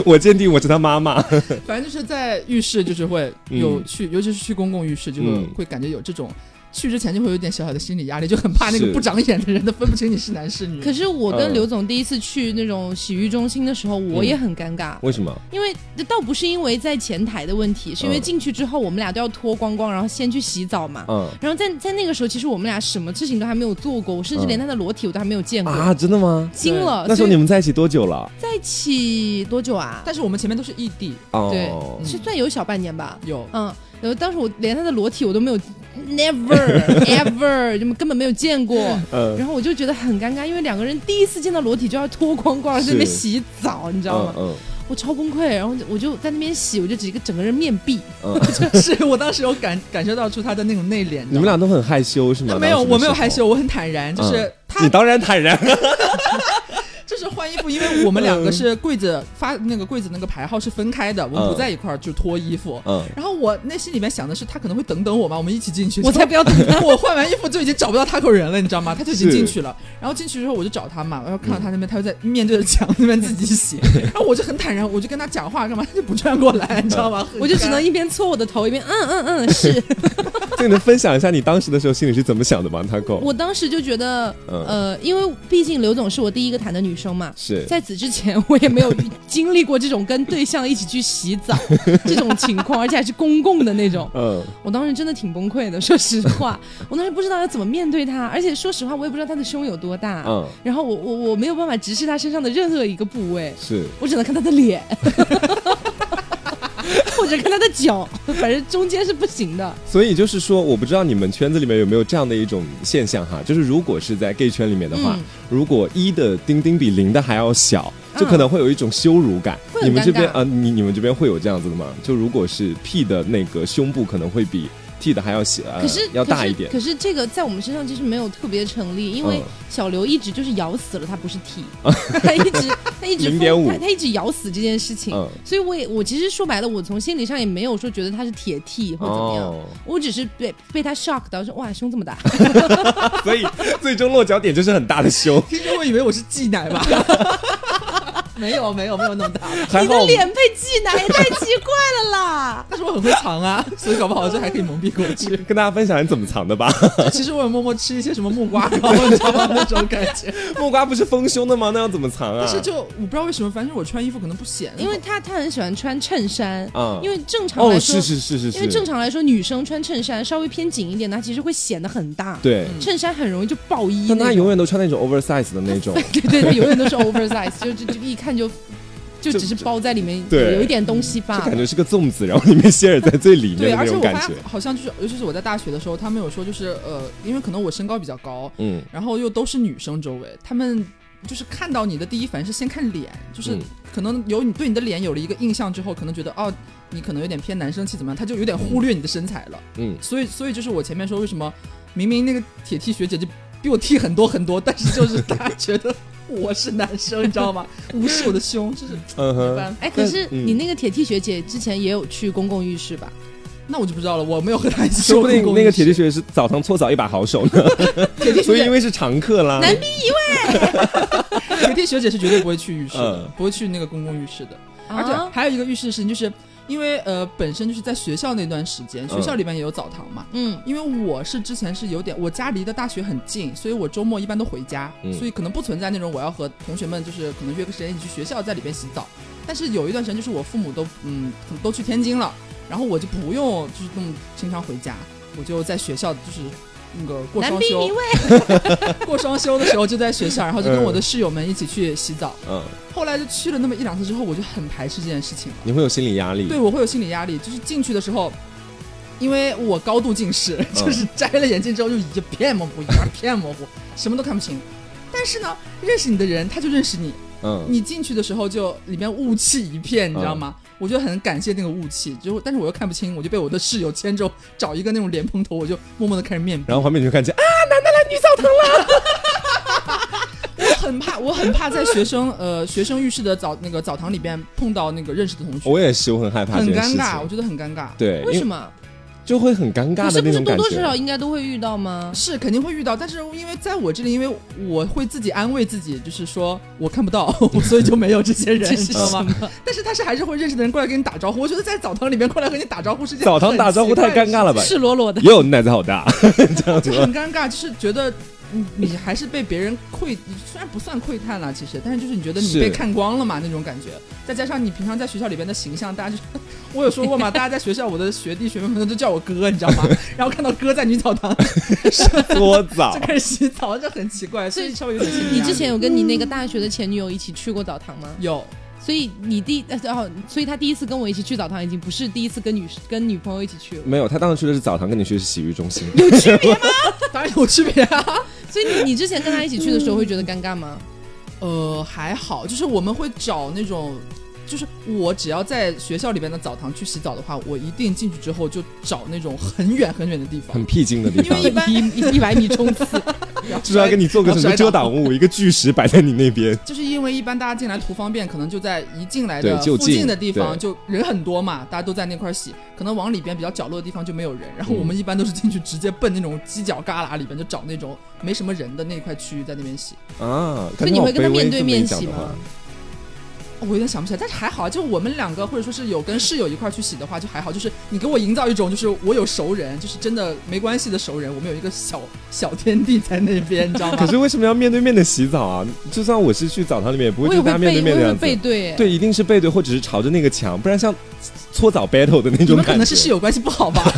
S2: 我鉴定我是她妈妈。
S3: 反正就是在浴室，就是会有
S2: 嗯
S3: 去，尤其是去公共浴室，就会
S2: 嗯
S3: 会感觉有这种。去之前就会有点小小的心理压力，就很怕那
S2: 是
S3: 个不长眼的人都分不清你是男是女。
S1: 可是我跟
S2: 嗯
S1: 刘总第一次去那种洗浴中心的时候，我也很尴尬，
S2: 为什么？
S1: 因为这倒不是因为在前台的问题，是因为
S2: 嗯
S1: 进去之后我们俩都要脱光光，然后先去洗澡嘛。
S2: 嗯
S1: 然后在在那个时候，其实我们俩什么事情都还没有做过，我甚至
S2: 嗯
S1: 连他的裸体我都还没有见过，
S2: 啊，真的吗？
S1: 惊了。
S2: 那时
S1: 所
S2: 候
S1: 以
S2: 你们在一起多久了？
S1: 在一起多久啊？
S3: 但是我们前面都是异地，
S2: 哦，
S3: 对
S1: 是算有小半年吧。
S3: 有
S2: 啊
S1: 嗯，然后当时我连他的裸体我都没有，never ever 就根本没有见过。
S2: 嗯，
S1: 然后我就觉得很尴尬，因为两个人第一次见到裸体就要脱光光
S2: 是
S1: 在那边洗澡，你知道吗
S2: 嗯？嗯
S1: 我超崩溃，然后我就在那边洗，我就整个整个人面壁。
S2: 嗯，
S3: 是我当时有感感受到出他的那种内敛。
S2: 你们俩都很害羞是吗？
S3: 他呃没有，
S2: 当时的时候
S3: 我没有害。羞，我很坦然，就是
S2: 嗯
S3: 他
S2: 你当然坦然，
S3: 就是换衣服，因为我们两个是柜子发那个柜子那个牌号是分开的，我们
S2: 嗯
S3: 不在一块儿就脱衣服。
S2: 嗯，
S3: 然后我内心里面想的是，他可能会等等我嘛，我们一起进去。
S1: 我才不要等他，
S3: 我换完衣服就已经找不到他口人了，你知道吗？他就已经
S2: 是
S3: 进去了，然后进去之后我就找他嘛，然后看到他那边，他就在面对着墙那边自己洗，然后我就很坦然，我就跟他讲话干嘛，他就不转过来，你知道吗？很
S1: 我就只能
S3: 尴，
S1: 一边搓我的头一边嗯嗯嗯 是。
S2: 所以能分享一下你当时的时候心里是怎么想的吗？Taco，
S1: 我当时就觉得，
S2: 嗯
S1: 呃，因为毕竟刘总是我第一个谈的女生嘛。
S2: 是
S1: 在此之前，我也没有经历过这种跟对象一起去洗澡 这种情况，而且还是公共的那种。
S2: 嗯
S1: 我当时真的挺崩溃的，说实话，我当时不知道要怎么面对他，而且说实话，我也不知道他的胸有多大。
S2: 嗯
S1: 然后我我我没有办法直视他身上的任何一个部位，
S2: 是。
S1: 我只能看他的脸。我只看他的脚，反正中间是不行的。
S2: 所以就是说，我不知道你们圈子里面有没有这样的一种现象哈，就是如果是在 gay 圈里面的话，
S1: 嗯
S2: 如果一的丁丁比零的还要小，就可能会有一种羞辱感。
S1: 会很
S2: 你们这边
S1: 尴尬
S2: 啊，你你们这边会有这样子的吗？就如果是 P 的那个胸部可能会比 T 的还要小，呃
S1: 可是、
S2: 要大一 点
S1: 可。是。可是这个在我们身上其实没有特别成立，因为
S2: 嗯
S1: 小刘一直就是咬死了他不是 T，、他一直他一直疯
S2: 0.5
S1: 他他一直咬死这件事情。
S2: 嗯
S1: 所以我也我其实说白了，我从心理上也没有说觉得他是铁 T 或者怎么样，
S2: 哦，
S1: 我只是被被他 shock 到说哇胸这么 大，
S2: 所以最终落脚点就是很大的胸
S3: 听众会以为我是妓奶吧？没有没有没有那么大，！
S2: 还
S1: 你
S2: 好
S1: 的脸配妓 男也太奇怪了啦
S3: 但是我很会藏啊， 所以搞不好这还可以蒙蔽过 去。
S2: 跟大家分享你怎么藏的吧。
S3: 就其实我有默默吃一些什么木瓜膏，你知道吗？那种感觉。
S2: 木瓜不是丰胸的吗？那要怎么藏啊？
S3: 但是就我不知道为什么，反正我穿衣服可能不显，
S1: 因为他他很喜欢穿衬衫，
S2: 嗯
S1: 因为正常来
S2: 哦，
S1: 说，
S2: 是是是是是，
S1: 因为正常来说女生穿衬衫稍微偏紧一点，它其实会显得很大，，
S2: 对，
S1: 衬衫很容易就爆衣那
S2: 但
S1: 种，
S2: 他永远都穿那种 oversize 的那种。
S1: 对对，它永远都是 oversize，就就就一看就就
S2: 就
S1: 只是包在里面，
S2: 对
S1: 有一点东西罢
S2: 就
S1: 了，
S2: 感觉是个粽子，然后里面馅儿在最里
S3: 对，
S2: 面的那
S3: 而且
S2: 种
S3: 我
S2: 感
S3: 发
S2: 觉
S3: 现。好像就是，尤其是我在大学的时候，他们有说就是呃，因为可能我身高比较高，
S2: 嗯，
S3: 然后又都是女生周围，他们就是看到你的第一反应是先看脸，就是
S2: 嗯
S3: 可能有你对你的脸有了一个印象之后，可能觉得哦，你可能有点偏男生气怎么样，他就有点忽略你的身材了。
S2: 嗯
S3: 所以所以就是我前面说为什么明明那个铁 T 学姐就比我 T 很多很多，但是就是大家觉得我是男生，你知道吗？ 无视我的胸，就是
S2: 嗯
S3: 一
S2: 哼，
S3: 般。
S1: 哎，可是
S2: 嗯
S1: 你那个铁 T 学姐之前也有去公共浴室吧？
S3: 那我就不知道了，我没有和他一起
S2: 说不定
S3: 公共
S2: 那个
S3: 浴室
S2: 铁力学是澡堂搓澡一把好手呢，
S3: 铁 T
S2: 所
S3: 学
S2: 以因
S3: 姐，
S2: 为是常客啦。
S1: 男
S3: 铁 T 学姐是绝对不会去浴室的，
S2: 嗯
S3: 不会去那个公共浴室的。而且
S1: 啊，
S3: 还有一个浴室的事情，就是因为呃，本身就是在学校那段时间，学校
S2: 嗯
S3: 里边也有澡堂嘛。
S1: 嗯，
S3: 因为我是之前是有点，我家离的大学很近，所以我周末一般都回家，
S2: 嗯
S3: 所以可能不存在那种我要和同学们就是可能约个时间一起去学校在里边洗澡。但是有一段时间就是我父母都嗯可能都去天津了，然后我就不用就是那么经常回家，我就在学校就是那个过
S1: 男
S3: 双
S1: 宾一
S3: 休
S1: 位，
S3: 过双休的时候就在学校，然后就跟
S2: 嗯
S3: 我的室友们一起去洗澡。
S2: 嗯，
S3: 后来就去了那么一两次之后，我就很排斥这件事情了。
S2: 你会有心理压力。
S3: 对，我会有心理压力，就是进去的时候，因为我高度近视，
S2: 嗯
S3: 就是摘了眼镜之后就一片模糊， 一片模糊，什么都看不清。但是呢，认识你的人他就认识你，
S2: 嗯，
S3: 你进去的时候就里面雾气一片，你知道吗？我就很感谢那个雾气，就但是我又看不清，我就被我的室友牵着找一个那种莲蓬头，我就默默的开始面壁
S2: 然。后旁边你就看见，啊
S3: 我很怕，我很怕在学生呃学生浴室的澡那个澡堂里边碰到那个认识的同学，
S2: 我也是，我很害怕这
S3: 很
S2: 件事
S3: 尴
S2: 情。
S3: 尬，我觉得很尴尬。
S2: 对，
S1: 为
S2: 因
S1: 什么？
S2: 就会很尴
S1: 可
S2: 尬
S1: 是
S2: 的
S1: 不是
S2: 那种
S1: 多
S2: 感
S1: 多少少
S2: 觉。
S1: 应该都会遇到吗？
S3: 是肯定会遇到，但是因为在我这里，因为我会自己安慰自己，就是说我看不到， 所以就没有这些人，
S1: 这
S3: 你
S1: 是
S3: 知道
S1: 什
S3: 吗？
S1: 么？
S3: 但是他是还是会认识的人过来跟你打招呼。我觉得在澡堂里面过来和你打招呼是件
S2: 澡堂打招呼太尴尬了吧？
S1: 赤裸裸的，
S2: 哟，你奶子好大，这样子
S3: 就
S2: 吗。
S3: 很尴尬，就是觉得你你还是被别人窥，你虽然不算窥探啦，其实，但是就是你觉得你
S2: 是
S3: 被看光了嘛那种感觉，再加上你平常在学校里边的形象，大家就 我有说过嘛，大家在学校我的学弟学妹们都叫我哥，你知道吗？ 然后看到哥在女澡堂
S2: 搓澡
S3: 就开始洗澡，就很奇怪，所以稍微有点心理
S1: 你
S3: 压
S1: 之
S3: 力
S1: 前有跟你那个大学的前女友一起去过澡堂吗？
S3: 有。
S1: 所以你第呃哦，所以他第一次跟我一起去澡堂，已经不是第一次跟女跟女朋友一起去了。
S2: 没有，他当时去的是澡堂，跟你去的是洗浴中心。
S3: 当然有区别啊。
S1: 所以你你之前跟他一起去的时候会觉得尴尬吗？
S3: 呃，还好，就是我们会找那种，就是我只要在学校里边的澡堂去洗澡的话，我一定进去之后就找那种很远很远的地 方
S2: 很，僻静的地
S3: 因
S2: 方
S3: 为，一般哦
S1: 一一百米冲刺，
S2: 就是要给你做个什么遮挡物，一个巨石摆在你那边。
S3: 就是因为一般大家进来图方便，可能就在一进来的
S2: 对就
S3: 附近
S2: 近
S3: 的地方
S2: 对
S3: 就人很多嘛，大家都在那块儿洗，可能往里边比较角落的地方就没有人。然后
S2: 嗯
S3: 我们一般都是进去直接奔那种犄角旮旯里边，就找那种没什么人的那块区域在那边洗。
S2: 啊，
S1: 所以
S2: 感觉
S1: 你
S2: 好
S1: 会跟他
S2: 卑微
S1: 面对
S2: 这么
S1: 面
S2: 一讲
S1: 洗
S2: 的话
S1: 吗？
S3: 我有点想不起来，但是还好，就我们两个或者说是有跟室友一块儿去洗的话，就还好。就是你给我营造一种就是我有熟人，就是真的没关系的熟人，我们有一个小小天地在那边，你知道吗？
S2: 可是为什么要面对面的洗澡啊？就算我是去澡堂里面，也不会
S1: 我
S2: 去
S1: 也
S2: 跟大
S1: 会
S2: 家
S1: 背，
S2: 面
S1: 我也
S2: 对面的
S1: 会
S2: 样子。
S1: 背对。
S2: 对，一定是背对或者是朝着那个墙，不然像搓澡 battle 的那
S3: 你
S2: 种感
S3: 们
S2: 觉。
S3: 可能是室友关系不好吧？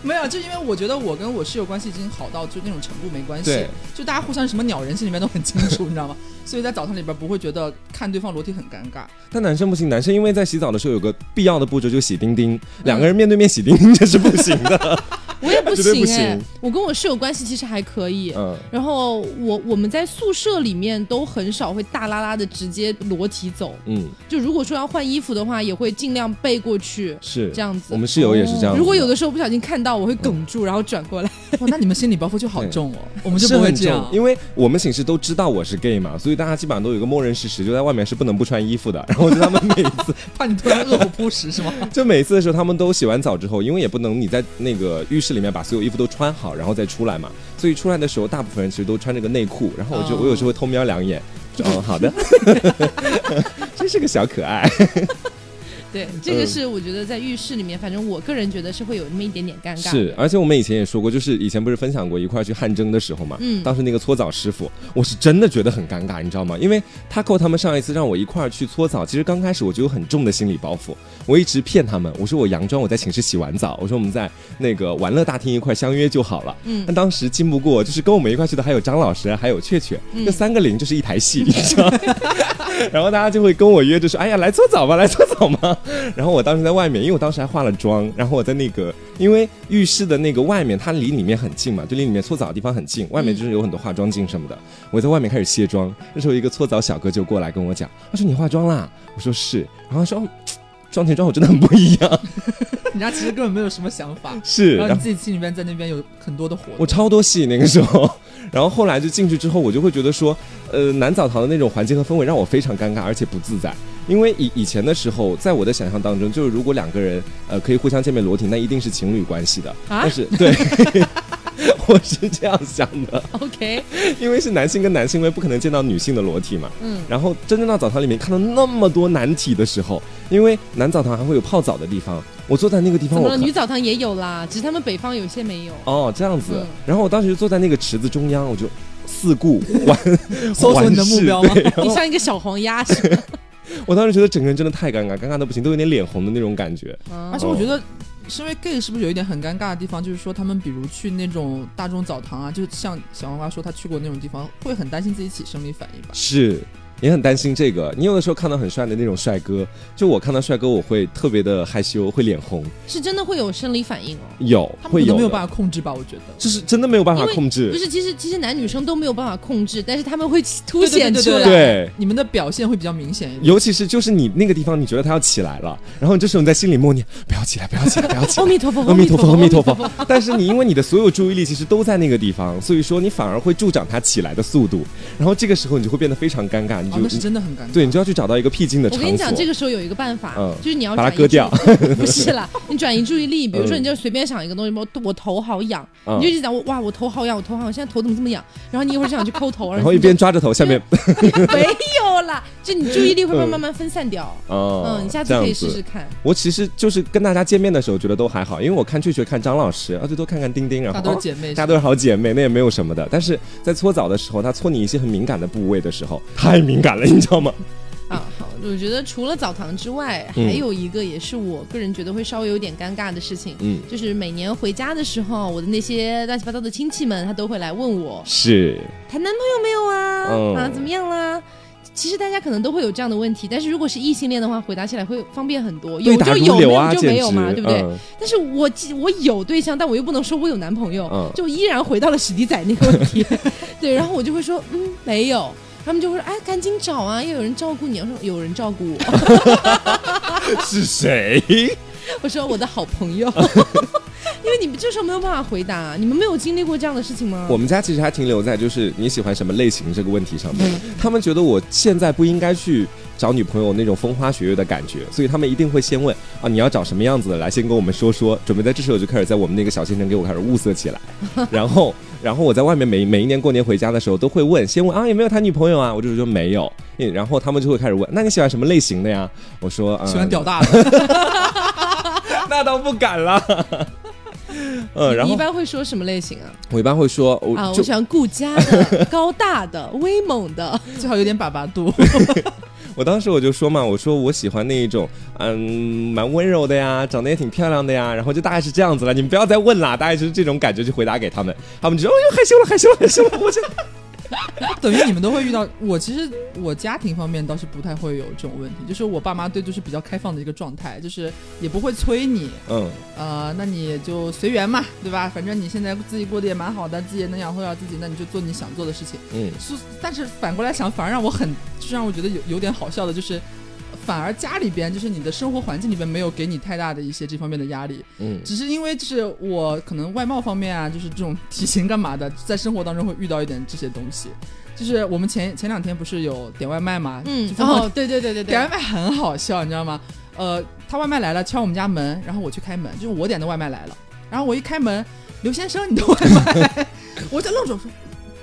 S3: 没有，就因为我觉得我跟我室友关系已经好到就那种程度没关系
S2: 对，
S3: 就大家互相什么鸟人心里面都很清楚，你知道吗？ 所以在澡堂里边不会觉得看对方裸体很尴尬。
S2: 但男生不行，男生因为在洗澡的时候有个必要的步骤，就是洗丁
S1: 嗯
S2: 丁，两个人面对面洗丁丁 这是不行 的。
S1: 我也不
S2: 绝对
S1: 行
S2: 不
S1: 哎
S2: 行，
S1: 我跟我室友关系其实还可以，
S2: 嗯，
S1: 然后我我们在宿舍里面都很少会大拉拉的直接裸体走，
S2: 嗯，
S1: 就如果说要换衣服的话，也会尽量背过去
S2: 是
S1: 这样子
S2: 我。们室友也是这样子的、
S1: 如果有的时候不小心看到，我会哽住，然后转过来。
S3: 哇，那你们心理包袱就好
S2: 对
S3: 重哦，我们就是不会
S2: 很
S3: 这样
S2: 重，。因为我们寝室都知道我是 gay 嘛，所以大家基本上都有一个默认事实，就在外面是不能不穿衣服的。然后就他们每次，
S3: 怕你突然饿虎扑食是吗？
S2: 就每次的时候，他们都洗完澡之后，因为也不能你在那个浴室里面把所有衣服都穿好，然后再出来嘛，所以出来的时候，大部分人其实都穿着个内裤。然后我就、
S3: 哦
S2: 我有时候会偷瞄两眼，就嗯，好的， 真是个小可爱。
S1: 对，这个
S2: 嗯
S1: 是我觉得在浴室里面，反正我个人觉得是会有那么一点点尴尬。
S2: 是，而且我们以前也说过，就是以前不是分享过一块儿去汗蒸的时候嘛，
S1: 嗯
S2: 当时那个搓澡师傅，我是真的觉得很尴尬，你知道吗？因为他扣他们上一次让我一块儿去搓澡，其实刚开始我就有很重的心理包袱，我一直骗他们，我说我佯装我在寝室洗完澡，我说我们在那个玩乐大厅一块儿相约就好了。
S1: 嗯
S2: 但当时经不过，就是跟我们一块去的还有张老师，还有雀雀，这三个零就是一台戏，你 知道吗？然后大家就会跟我约着说：“哎呀，来搓澡吧，来搓澡嘛。” 然后我当时在外面，因为我当时还化了妆，然后我在那个，因为浴室的那个外面，它离里面很近嘛，就离里面搓澡的地方很近，外面就是有很多化妆镜什么的。我在外面开始卸妆，那时候一个搓澡小哥就过来跟我讲，他说：“你化妆啦？”我说：“是。”然后他说嗯：“妆前妆后真的很不一样。
S3: 人家其实根本没有什么想法”，
S2: 是，
S3: 然
S2: 然
S3: 后哦你
S2: 后
S3: 自己心里边在那边有很多的活
S2: 我
S3: 动。
S2: 超多戏那个时候。 然后后来就进去之后，我就会觉得说，呃，男澡堂的那种环境和氛围让我非常尴尬，而且不自在。因为以以前的时候，在我的想象当中，就是如果两个人呃可以互相见面裸体，那一定是情侣关系的。
S1: 啊
S2: 但是 对，我是这样想的，
S1: OK，
S2: 因为是男性跟男性，因为不可能见到女性的裸体嘛。
S1: 嗯，
S2: 然后真正到澡堂里面看到那么多男体的时候，因为男澡堂还会有泡澡的地方，我坐在那个地
S1: 怎
S2: 方，
S1: 么
S2: 我
S1: 了？
S2: 看
S1: 女澡堂也有啦，只是他们北方有些没 有。
S2: 哦，这样子。
S1: 嗯
S2: 然后我当时就坐在那个池子中央，我就四顾环
S3: 搜索你的目标吗？
S2: 环视对然
S1: 你
S2: 后
S1: 像一个小黄鸭似的。
S2: 我当时觉得整个人真的太尴尬，尴尬的不行，都有点脸红的那种感觉。
S1: 啊
S3: 而且我觉得，身为 gay 是不是有一点很尴尬的地方？就是说，他们比如去那种大众澡堂啊，就像小黄瓜说他去过那种地方，会很担心自己起生理反应吧？
S2: 是，也很担心这个。你有的时候看到很帅的那种帅哥，就我看到帅哥，我会特别的害羞，会脸红，
S1: 是真的会有生理反应哦。
S2: 有
S3: 他们
S2: 会
S3: 可能
S2: 有
S3: 没有
S2: 的
S3: 办法控制吧？我觉得。
S2: 就是真的没有办法
S1: 因为
S2: 控
S1: 不
S2: 制。
S1: 是，其实其实男女生都没有办法控制，但是他们会凸
S3: 对对
S1: 显
S3: 对
S1: 出
S3: 对
S1: 来。
S2: 对，
S3: 你们的表现会比较明显一点。
S2: 尤其是就是你那个地方，你觉得他要起来了，然后你这时候你在心里默念：不要起来，不要起来，不要起
S1: 阿
S2: 来。
S1: 弥陀佛，
S2: 阿弥陀佛，阿弥陀
S1: 阿弥
S2: 佛。但是你因为你的所有注意力其实都在那个地方，所以说你反而会助长它起来的速度，然后这个时候你就会变得非常尴尬，你
S3: 哦，那是
S2: 就、
S3: 真的很尴尬。
S2: 对，你就要去找到一个僻静的
S1: 我
S2: 场所。
S1: 跟你讲，这个时候有一个办法，
S2: 嗯
S1: 就是你要
S2: 把它
S1: 转移
S2: 割掉
S1: 注意 不是啦，你转移注意 力，比如说
S2: 嗯
S1: 你就随便想一个东西，我我头好痒，
S2: 嗯
S1: 你就一直讲我哇我头好痒，我头好痒，现在头怎么这么痒？然后你一会儿就 想去抠头，
S2: 然后一边抓着头，下面
S1: 你就没有啦，就你注意力会慢慢慢慢分散掉。
S2: 哦，
S1: 嗯，你下次
S2: 这样
S1: 可以试
S2: 子
S1: 试看。
S2: 我其实就是跟大家见面的时候觉得都还好，因为我看雀雀看张老师，啊最多看看丁丁，然
S3: 大
S2: 后
S3: 家都
S2: 哦
S3: 是姐妹，
S2: 大家都是好姐妹，那也没有什么的。但是在搓澡的时候，他搓你一些很敏感的部位的时候，太敏感了，你知道吗？
S1: 啊，好，我觉得除了澡堂之外，
S2: 嗯
S1: 还有一个也是我个人觉得会稍微有点尴尬的事情，
S2: 嗯，
S1: 就是每年回家的时候，我的那些乱七八糟的亲戚们，他都会来问我
S2: 是，
S1: 谈男朋友没有啊、
S2: 嗯
S1: 啊，怎么样啦？其实大家可能都会有这样的问题，但是如果是异性恋的话，回答起来会方便很多，有
S2: 对答
S1: 就
S2: 如
S1: 有，没
S2: 流
S1: 有
S2: 啊，
S1: 就
S2: 简
S1: 没
S2: 直，
S1: 有嘛，对不对？
S2: 嗯
S1: 但是我既我有对象，但我又不能说我有男朋友，
S2: 嗯
S1: 就依然回到了史迪仔那个问 题。 对，然后我就会说，嗯，没有。他们就会说，哎，赶紧找啊，要有人照顾你。我说有人照顾我，
S2: 是谁？
S1: 我说我的好朋友， 因为你们这时候没有办法回答、你们没有经历过这样的事情吗？
S2: 我们家其实还停留在就是你喜欢什么类型这个问题上面。
S1: 嗯
S2: 他们觉得我现在不应该去找女朋友那种风花雪月的感觉，所以他们一定会先问啊，你要找什么样子的来，先跟我们说说。准备在这时候就开始在我们那个小县城给我开始物 色起来，然后。然后我在外面每每一年过年回家的时候都会问，先问啊有没有谈女朋友啊，我就说没有，嗯然后他们就会开始问，那你喜欢什么类型的呀？我说、呃、
S3: 喜欢屌大的，
S2: 那倒不敢了， 嗯，然
S1: 你一
S2: 后
S1: 般会说什么类型啊？
S2: 我一般会说，我
S1: 啊，我
S2: 就
S1: 喜欢顾家的、 高大的、威猛的。
S2: 嗯
S3: 最好有点粑粑肚。
S2: 我当时我就说嘛，我说我喜欢那一种，嗯，蛮温柔的呀，长得也挺漂亮的呀，然后就大概是这样子了。你们不要再问啦，大概就是这种感觉，就回答给他们，他们就说，哎呦，害羞了，害羞了，害羞了，我这。
S3: 等于你们都会遇到。我其实我家庭方面倒是不太会有这种问题，就是我爸妈对就是比较开放的一个状态，就是也不会催你，
S2: 嗯，
S3: 呃，那你就随缘嘛，对吧？反正你现在自己过得也蛮好的，自己也能养活到自己，那你就做你想做的事情。
S2: 嗯，
S3: 是，但是反过来想，反而让我很，就让我觉得有有点好笑的，就是反而家里边，就是你的生活环境里边没有给你太大的一些这方面的压力，
S2: 嗯
S3: 只是因为就是我可能外貌方面啊，就是这种体型干嘛的，在生活当中会遇到一点这些东西。就是我们前前两天不是有点外卖嘛，
S1: 嗯
S3: 就，疯狂
S1: 哦，对对对对
S3: 点
S1: 对
S3: 外，卖很好笑，你知道吗？呃，他外卖来了，敲我们家门，然后我去开门，就是我点的外卖来了，然后我一开门，刘先生你的外卖， 我在愣住，我说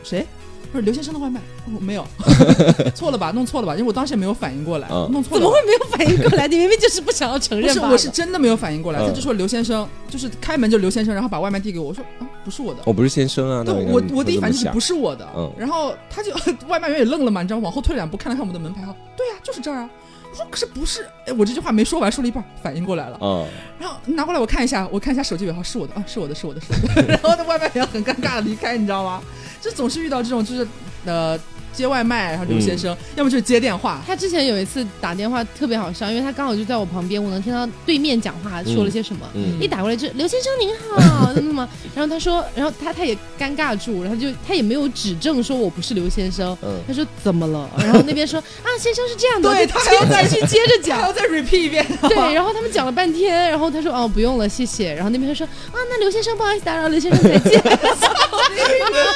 S3: 谁？不是刘先生的外卖，我说没有， 错了吧？弄错了吧？因为我当时也没有反应过来，
S2: 嗯
S3: 弄错
S1: 怎
S3: 了
S1: 么
S3: 吧。
S1: 会没有反应过来？你明明就是不想要承
S3: 不
S1: 认
S3: 是，
S1: 吧？
S3: 我是真的没有反应过来，
S2: 嗯
S3: 他就说刘先生，就是开门就刘先生，然后把外卖递给我，我说啊不是我的，
S2: 我不是先生啊，
S3: 对
S2: 那应该
S3: 我我第一
S2: 这么
S3: 反应就是
S2: 想
S3: 不是我的，
S2: 嗯
S3: 然后他就外卖员也愣了嘛，你知道吗，往后退了两步，看了看我们的门牌号，对呀、就是这儿啊。我说可是不是，哎，我这句话没说完，说了一半，反应过来了，
S2: 啊，
S3: 然后拿过来我看一下，我看一下手机尾号是我的啊，是我的，是我的，是我的。 然后那外卖员很尴尬的离开，你知道吗？就总是遇到这种就是呃接外卖，然后刘
S2: 嗯
S3: 先生，要么就是接电话，
S1: 他之前有一次打电话特别好笑，因为他刚好就在我旁边，我能听到对面讲话说了些什么。
S2: 嗯
S1: 一打过来就刘先生您好， 怎么怎么，然后他说，然后他他也尴尬住，然后就他也没有指正说我不是刘先生，
S2: 嗯，
S1: 他说怎么了？然后那边说啊先生是这样的，
S3: 对
S1: 就
S3: 他还 要再
S1: 继续接着
S3: 还
S1: 讲，
S3: 要再 repeat 一遍，
S1: 对，然后他们讲了半天，然后他说哦不用了谢谢，然后那边他说啊那刘先生不好意思打扰，刘先生再见，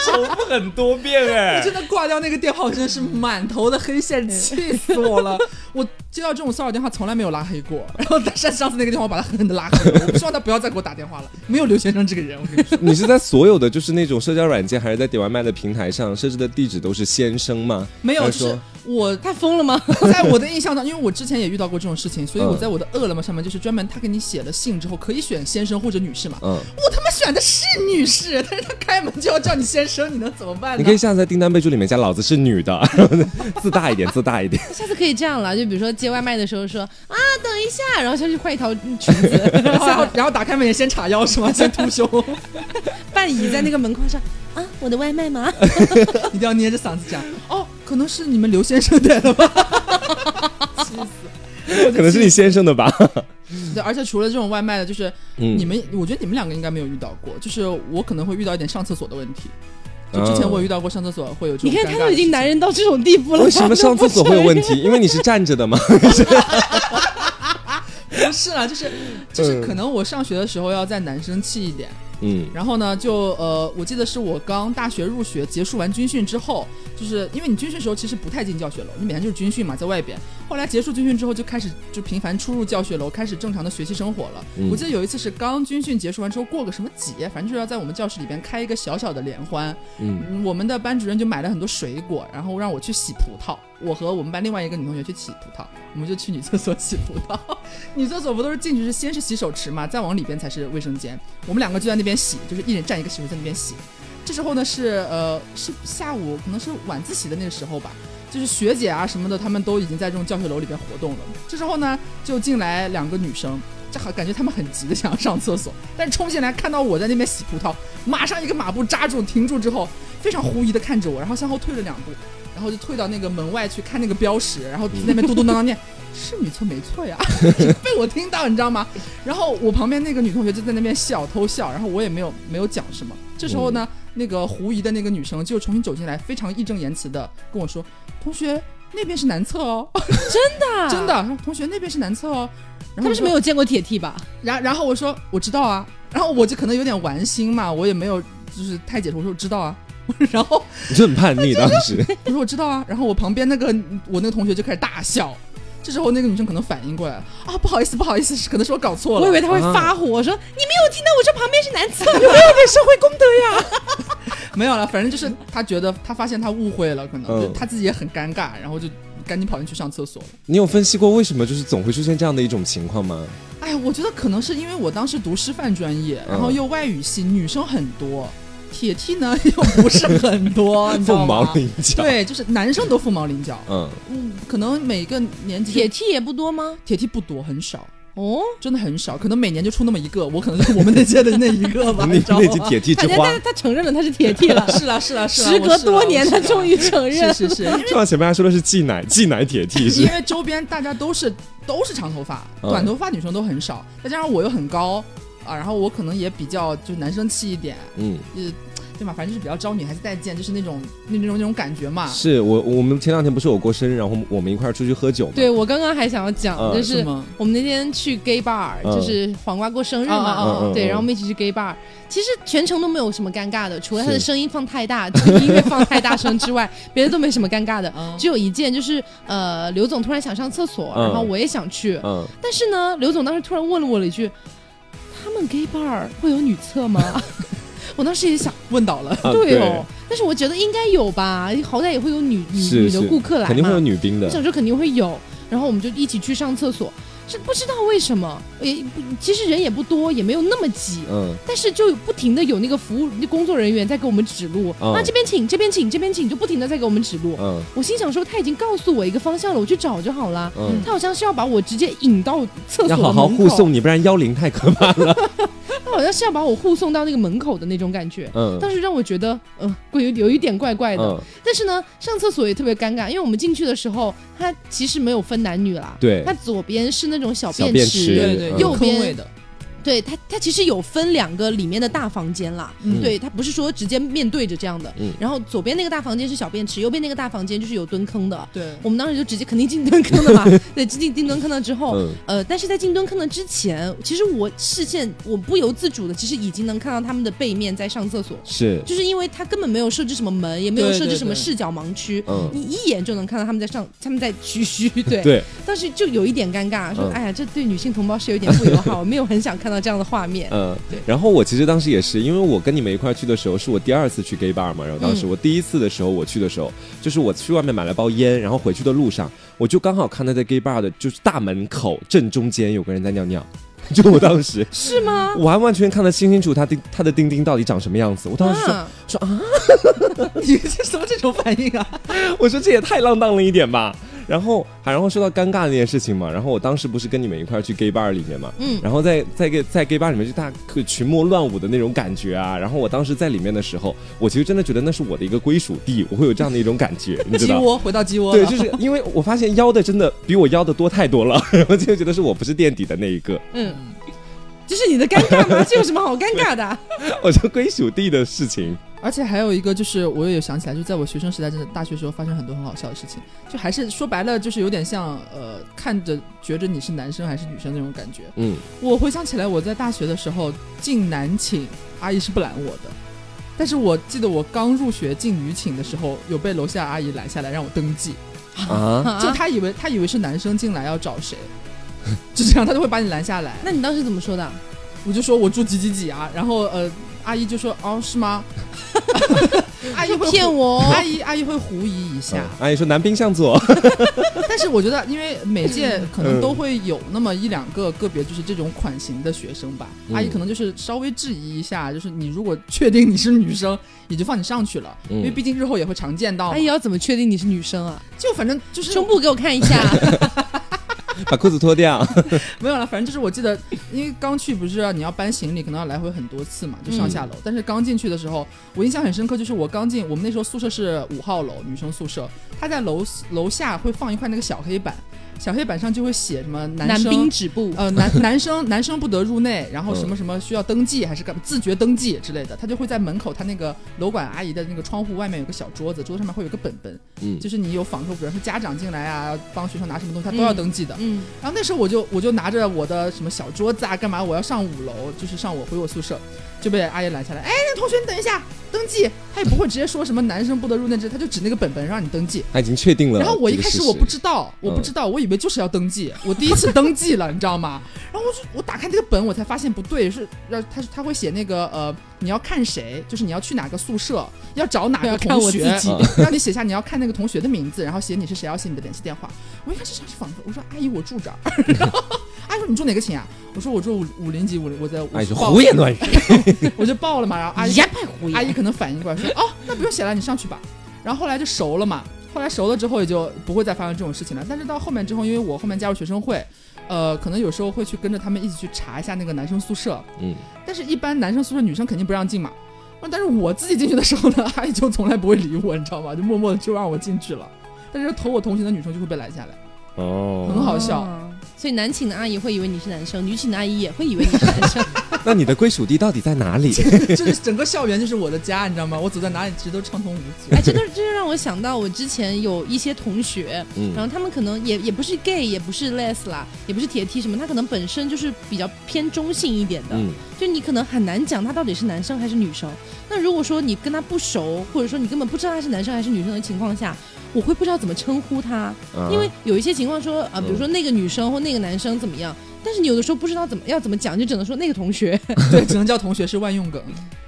S2: 重复很多遍哎
S3: 我真的挂掉那个电话，我真的是满头的黑线，气死我了！我接到这种骚扰电话从来没有拉黑过，然后但是上次那个电话我把他狠狠的拉黑了，我不希望他不要再给我打电话了。没有刘先生这个人，我跟你说，
S2: 你是在所有的就是那种社交软件，还是在点外卖的平台上设置的地址都是先生吗？
S3: 没有，
S2: 还
S3: 就是
S2: 说
S3: 是我
S1: 他疯了吗？
S3: 在我的印象当中，因为我之前也遇到过这种事情，所以我
S2: 嗯
S3: 在我的饿了么上面就是专门他给你写了信之后，可以选先生或者女士嘛。
S2: 嗯，
S3: 我他妈选的是女士，但是他开门就要叫你先生，你能怎么办
S2: 你
S3: 呢
S2: 可以？下次在订单备注里面加“老子是女的”， 自大一点，自大一点。
S1: 下次可以这样了，就比如说接外卖的时候说啊等一下，然后先去换一条裙子，然
S3: 然后
S1: 后
S3: 然后然后打开门也先叉腰是吗？先凸胸，
S1: 半倚在那个门框上啊，我的外卖 吗？
S3: 一定要捏着嗓子讲。哦，可能是你们刘先生点的 吧？气死！
S2: 可能是你先生的吧？
S3: 对，而且除了这种外卖的，就是
S2: 嗯，
S3: 你们，我觉得你们两个应该没有遇到过，就是我可能会遇到一点上厕所的问题。就之
S2: 哦嗯
S3: 前我有遇到过上厕所会有这种
S1: 你
S3: 尴尬
S1: 看
S3: 的事情，
S1: 他都已经男人到这种地 步了，
S2: 为什么上厕所会有问题？因为你是站着的吗？
S3: 不是啦，就是就是可能我上学的时候要再男生气一点，
S2: 嗯
S3: 然后呢，就呃，我记得是我刚大学入学，结束完军训之后，就是因为你军训时候其实不太进教学楼，你每天就是军训嘛，在外边。后来结束军训之后，就开始就频繁出入教学楼，开始正常的学习生活了。
S2: 嗯
S3: 我记得有一次是刚军训结束完之后，过个什么节，反正就是要在我们教室里边开一个小小的联欢。
S2: 嗯
S3: 嗯我们的班主任就买了很多水果，然后让我去洗葡萄。我和我们班另外一个女同学去洗葡萄，我们就去女厕所洗葡萄。女厕所不都是进去是先是洗手池嘛，再往里边才是卫生间。我们两个就在那边洗，就是一人占一个洗手在那边洗。这时候呢是呃是下午可能是晚自习的那个时候吧，就是学姐啊什么的，她们都已经在这种教学楼里边活动了。这时候呢就进来两个女生，这好感觉她们很急的想要上厕所，但是冲进来看到我在那边洗葡萄，马上一个马步扎住停住之后，非常狐疑的看着我，然后向后退了两步，然后就退到那个门外去看那个标识，然后在那边嘟嘟囔囔念。是女厕没错呀， 被我听到，你知道吗？然后我旁边那个女同学就在那边笑，偷笑，然后我也没有没有讲什么。这时候呢，那个狐疑的那个女生就重新走进来，非常义正言辞的跟我说：“同学，那边是男厕哦，
S1: 的
S3: 真的。，她说同学，那边是男厕哦。”
S1: 他
S3: 然后我
S1: 们啊是
S3: 说
S1: 没有见过铁梯吧？
S3: 然然后我说我知道啊，然后我就可能有点玩心嘛，我也没有就是太解释，我说我知道啊， 然后
S2: 你就很叛逆，当时
S3: 我说我知道啊，然后我旁边那个我那个同学就开始大笑，这时候那个女生可能反应过来了啊，不好意思不好意思，是可能是我搞错了，
S1: 我以为他会发火，我说
S3: 嗯
S1: 你没有听到我说旁边是男厕，有 没有点社会公德呀？
S3: 没有了，反正就是他觉得他发现他误会了，可能、
S2: 嗯
S3: 就他自己也很尴尬，然后就赶紧跑进去上厕所了。
S2: 你有分析过为什么就是总会出现这样的一种情况吗？
S3: 哎，我觉得可能是因为我当时读师范专业，然后
S2: 嗯
S3: 又外语系，女生很多，铁 T 呢 又不是很多，你知道
S2: 凤
S3: 吗
S2: 毛麟角。，
S3: 对，就是男生都凤毛麟角，
S2: 嗯
S3: 嗯，可能每个年级
S1: 铁梯也不多吗？
S3: 铁梯不多，很少。
S1: 哦，
S3: 真的很少，可能每年就出那么一个，我可能是我们那届的那一个吧，
S2: 那
S3: 你知道
S2: 那集
S3: 吗？
S2: 铁剃
S1: 他
S2: 之
S1: 他
S2: 花，
S1: 他他承认了他是铁 t 了，
S3: 是啦是啦是啦，啊
S1: 时
S3: 我
S1: 隔
S3: 是啦
S1: 多
S3: 我
S1: 年
S3: 是
S1: 他
S3: 啦
S1: 终于承认
S3: 是
S1: 了。
S3: 是是，
S2: 就像前面还说的是忌奶，忌奶铁剃是
S3: 因为周边大家都是都是长头发，
S2: 嗯
S3: 短头发女生都很少，再加上我又很高啊，然后我可能也比较就男生气一点，
S2: 嗯。
S3: 对嘛，反正就是比较招女孩子待见，就是那种那那种那种感觉嘛。
S2: 是我，我们前两天不是我过生日，然后我们一块儿出去喝酒嘛。
S1: 对，我刚刚还想要讲，
S2: 嗯
S1: 就是是
S3: 吗？
S1: 我们那天去 gay bar，、
S2: 嗯
S1: 就是黄瓜过生日
S3: 啊啊
S1: 嘛，
S3: 啊
S2: 嗯，嗯
S1: 对，然后我
S2: 嗯
S1: 们一起去 gay bar，其实全程都没有什么尴尬的，除了他的
S2: 是
S1: 声音放太大，这个音乐放太大声之外， 别的都没什么尴尬的。
S3: 嗯，
S1: 只有一件，就是呃，刘总突然想上厕所，
S2: 嗯
S1: 然后我也想去，
S2: 嗯，
S1: 但是呢，刘总当时突然问了我了一句：“他们 gay bar 会有女厕吗？” 我当时也想，
S3: 问到了，
S2: 啊
S1: 对哦，但是我觉得应该有吧，好歹也会有女女
S2: 是
S1: 女的
S2: 是
S1: 顾客来嘛，
S2: 肯定会有女兵
S1: 我想
S2: 的。
S1: 说肯定会有，然后我们就一起去上厕所。是不知道为什么，也不其实人也不多，也没有那么挤，
S2: 嗯，
S1: 但是就不停的有那个服务那工作人员在给我们指路、
S2: 嗯
S1: 啊，这边请，这边请，这边请，就不停的在给我们指路。
S2: 嗯
S1: 我心想说他已经告诉我一个方向了，我去找就好了。
S2: 嗯，
S1: 他好像是要把我直接引到厕所
S2: 要
S1: 的
S2: 好好
S1: 门
S2: 护
S1: 口，
S2: 送你，不然幺零太可怕了。
S1: 他好像是要把我护送到那个门口的那种感觉。
S2: 嗯
S1: 当时让我觉得，嗯、呃，有有一点怪怪的。
S2: 嗯，
S1: 但是呢，上厕所也特别尴尬，因为我们进去的时候，它其实没有分男女啦。
S2: 对
S1: 它左边是那种小
S2: 小
S1: 便
S2: 便池
S3: 对对
S2: 嗯
S3: 对，
S1: 右边
S3: 坑位的，
S1: 对它它其实有分两个里面的大房间啦。
S3: 嗯
S1: 对，它不是说直接面对着这样的。
S2: 嗯
S1: 然后左边那个大房间是小便池，右边那个大房间就是有蹲坑的。
S3: 对，
S1: 我们当时就直接肯定进蹲坑了嘛， 对，进进蹲坑了之后，
S2: 嗯
S1: 呃，但是在进蹲坑的之前，其实我视线我不由自主的，其实已经能看到他们的背面在上厕所，
S2: 是
S1: 就是因为他根本没有设置什么门，也没有
S3: 对
S1: 设置
S3: 对
S1: 什么
S3: 对
S1: 视角盲区，
S2: 嗯
S1: 你一眼就能看到他们在上，他们在嘘嘘，对，
S2: 对，
S1: 当时就有一点尴尬，说、
S2: 嗯
S1: 哎呀，这对女性同胞是有点不友好，我没有很想看到这样的画面。
S2: 嗯
S3: 对。
S2: 然后我其实当时也是，因为我跟你们一块儿去的时候，是我第二次去 gay bar 嘛。
S1: 嗯
S2: 然后当时我第一次的时候，我去的时候，就是我去外面买了包烟，然后回去的路上，我就刚好看到在 gay bar 的就是大门口正中间有个人在尿 尿。就我当时
S1: 是 吗？
S2: 完完全全看得清清楚，他的他的丁丁到底长什么样子。我当时说，
S1: 啊，
S3: 你这什么这种反应啊？
S2: 我说这也太浪荡了一点吧。然后，还然后说到尴尬那件事情嘛，然后我当时不是跟你们一块儿去 gay bar 里面嘛，
S1: 嗯
S2: 然后在在 gay 在 gay bar 里面就大家可群魔乱舞的那种感觉啊。然后我当时在里面的时候，我其实真的觉得那是我的一个归属地，我会有这样的一种感 觉，你知
S3: 鸡
S2: 道。
S3: 窝回到鸡窝
S2: 对，
S3: 了
S2: 就是因为我发现腰的真的比我腰的多太多了， 然后就觉得是我不是垫底的那一个，
S1: 嗯，这是你的尴尬吗？这有什么好尴尬的？
S2: 我说归属地的事情，
S3: 而且还有一个就是，我也有想起来，就在我学生时代，真的大学时候发生很多很好笑的事情，就还是说白了，就是有点像呃，看着觉着你是男生还是女生那种感觉。
S2: 嗯，
S3: 我回想起来，我在大学的时候进男寝，阿姨是不拦我的，但是我记得我刚入学进女寝的时候，有被楼下阿姨拦下来让我登记，
S2: 啊，
S3: 就
S1: 啊，
S3: 她以为她以为是男生进来要找谁，就这样她就会把你拦下来。
S1: 那你当时怎么说的？
S3: 我就说我住几几几啊，然后呃，阿姨就说哦是吗？阿姨哎会
S1: 骗我
S3: 阿姨阿姨会狐疑一下，
S2: 嗯阿姨说男宾向左，
S3: 但是我觉得，因为每届可能都会有那么一两个个别就是这种款型的学生吧，
S2: 嗯
S3: 阿姨可能就是稍微质疑一下，就是你如果确定你是女生，也就放你上去了，
S2: 嗯
S3: 因为毕竟日后也会常见到嘛。
S1: 阿姨哎要怎么确定你是女生啊？
S3: 就反正就是
S1: 胸部给我看一下。
S2: 把裤子脱掉，
S3: 没有了，反正就是我记得，因为刚去不是啊要你要搬行李，可能要来回很多次嘛，就上下楼。但是刚进去的时候，我印象很深刻，就是我刚进，我们那时候宿舍是五号楼，女生宿舍，她在楼楼下会放一块那个小黑板，小黑板上就会写什么 男
S1: 男
S3: 生
S1: 兵止步。
S3: 呃，男 男生男生不得入内，然后什么什么需要登记还是干嘛自觉登记之类的，他就会在门口他那个楼管阿姨的那个窗户外面有个小桌子，桌子上面会有个本本，
S2: 嗯
S3: 就是你有访客，比如说家长进来啊，帮学生拿什么东西，他都要登记的。
S1: 嗯，
S3: 然后那时候我就我就拿着我的什么小桌子啊，干嘛我要上五楼，就是上我回我宿舍，就被阿姨拦下来，哎，那同学你等一下登记，他也不会直接说什么男生不得入内之类，他就指那个本本让你登记。
S2: 哎他已经确定了。
S3: 然后我一开始我不
S2: 道。
S3: 知道，我不
S2: 嗯
S3: 知道，我以为就是要登记，我第一次登记了，你知道吗？然后我就我打开这个本，我才发现不对，是让他他会写那个呃，你要看谁，就是你要去哪个宿舍，要找哪
S1: 我要
S3: 个
S1: 看
S3: 同
S1: 我
S3: 学，
S1: 自己
S3: 让你写下你要看那个同学的名字，然后写你是谁，要写你的联系电话。我一开始想是访客，我说阿姨我住 这儿，然后阿姨说你住哪个寝啊？我说我住五五零几五零，我在我
S2: 阿姨
S3: 去
S2: 哎说
S3: 报
S2: 胡言乱语，
S3: 我就报了嘛，然后阿姨
S1: 一派胡
S3: 阿
S1: 言。
S3: 姨可能反应过来说：“哦，那不用写了，你上去吧。”然后后来就熟了嘛。后来熟了之后，也就不会再发生这种事情了。但是到后面之后，因为我后面加入学生会，呃，可能有时候会去跟着他们一起去查一下那个男生宿舍，
S2: 嗯，
S3: 但是一般男生宿舍女生肯定不让进嘛。啊但是我自己进去的时候呢，阿姨就从来不会理我，你知道吗？就默默的就让我进去了。但是投我同行的女生就会被拦下来。 很
S2: 哦，
S3: 好笑
S1: 啊所以男寝的阿姨会以为你是男生，女寝的阿姨也会以为你是男生。
S2: 那你的归属地到底在哪里？
S3: 就是整个校园就是我的家，你知道吗？我走在哪里其实都畅通无阻。
S1: 哎，这个这就让我想到我之前有一些同学，然
S2: 嗯
S1: 后他们可能也也不是 gay，也不是 les 啦，也不是铁 T 什么，他可能本身就是比较偏中性一点的，
S2: 嗯，
S1: 就你可能很难讲他到底是男生还是女生。那如果说你跟他不熟，或者说你根本不知道他是男生还是女生的情况下，我会不知道怎么称呼他，
S2: 啊嗯
S1: 因为有一些情况说啊、比如说那个女生或那个男生怎么样，但是你有的时候不知道怎么要怎么讲，就只能说那个同学，
S3: 对，只能叫同学是万用梗。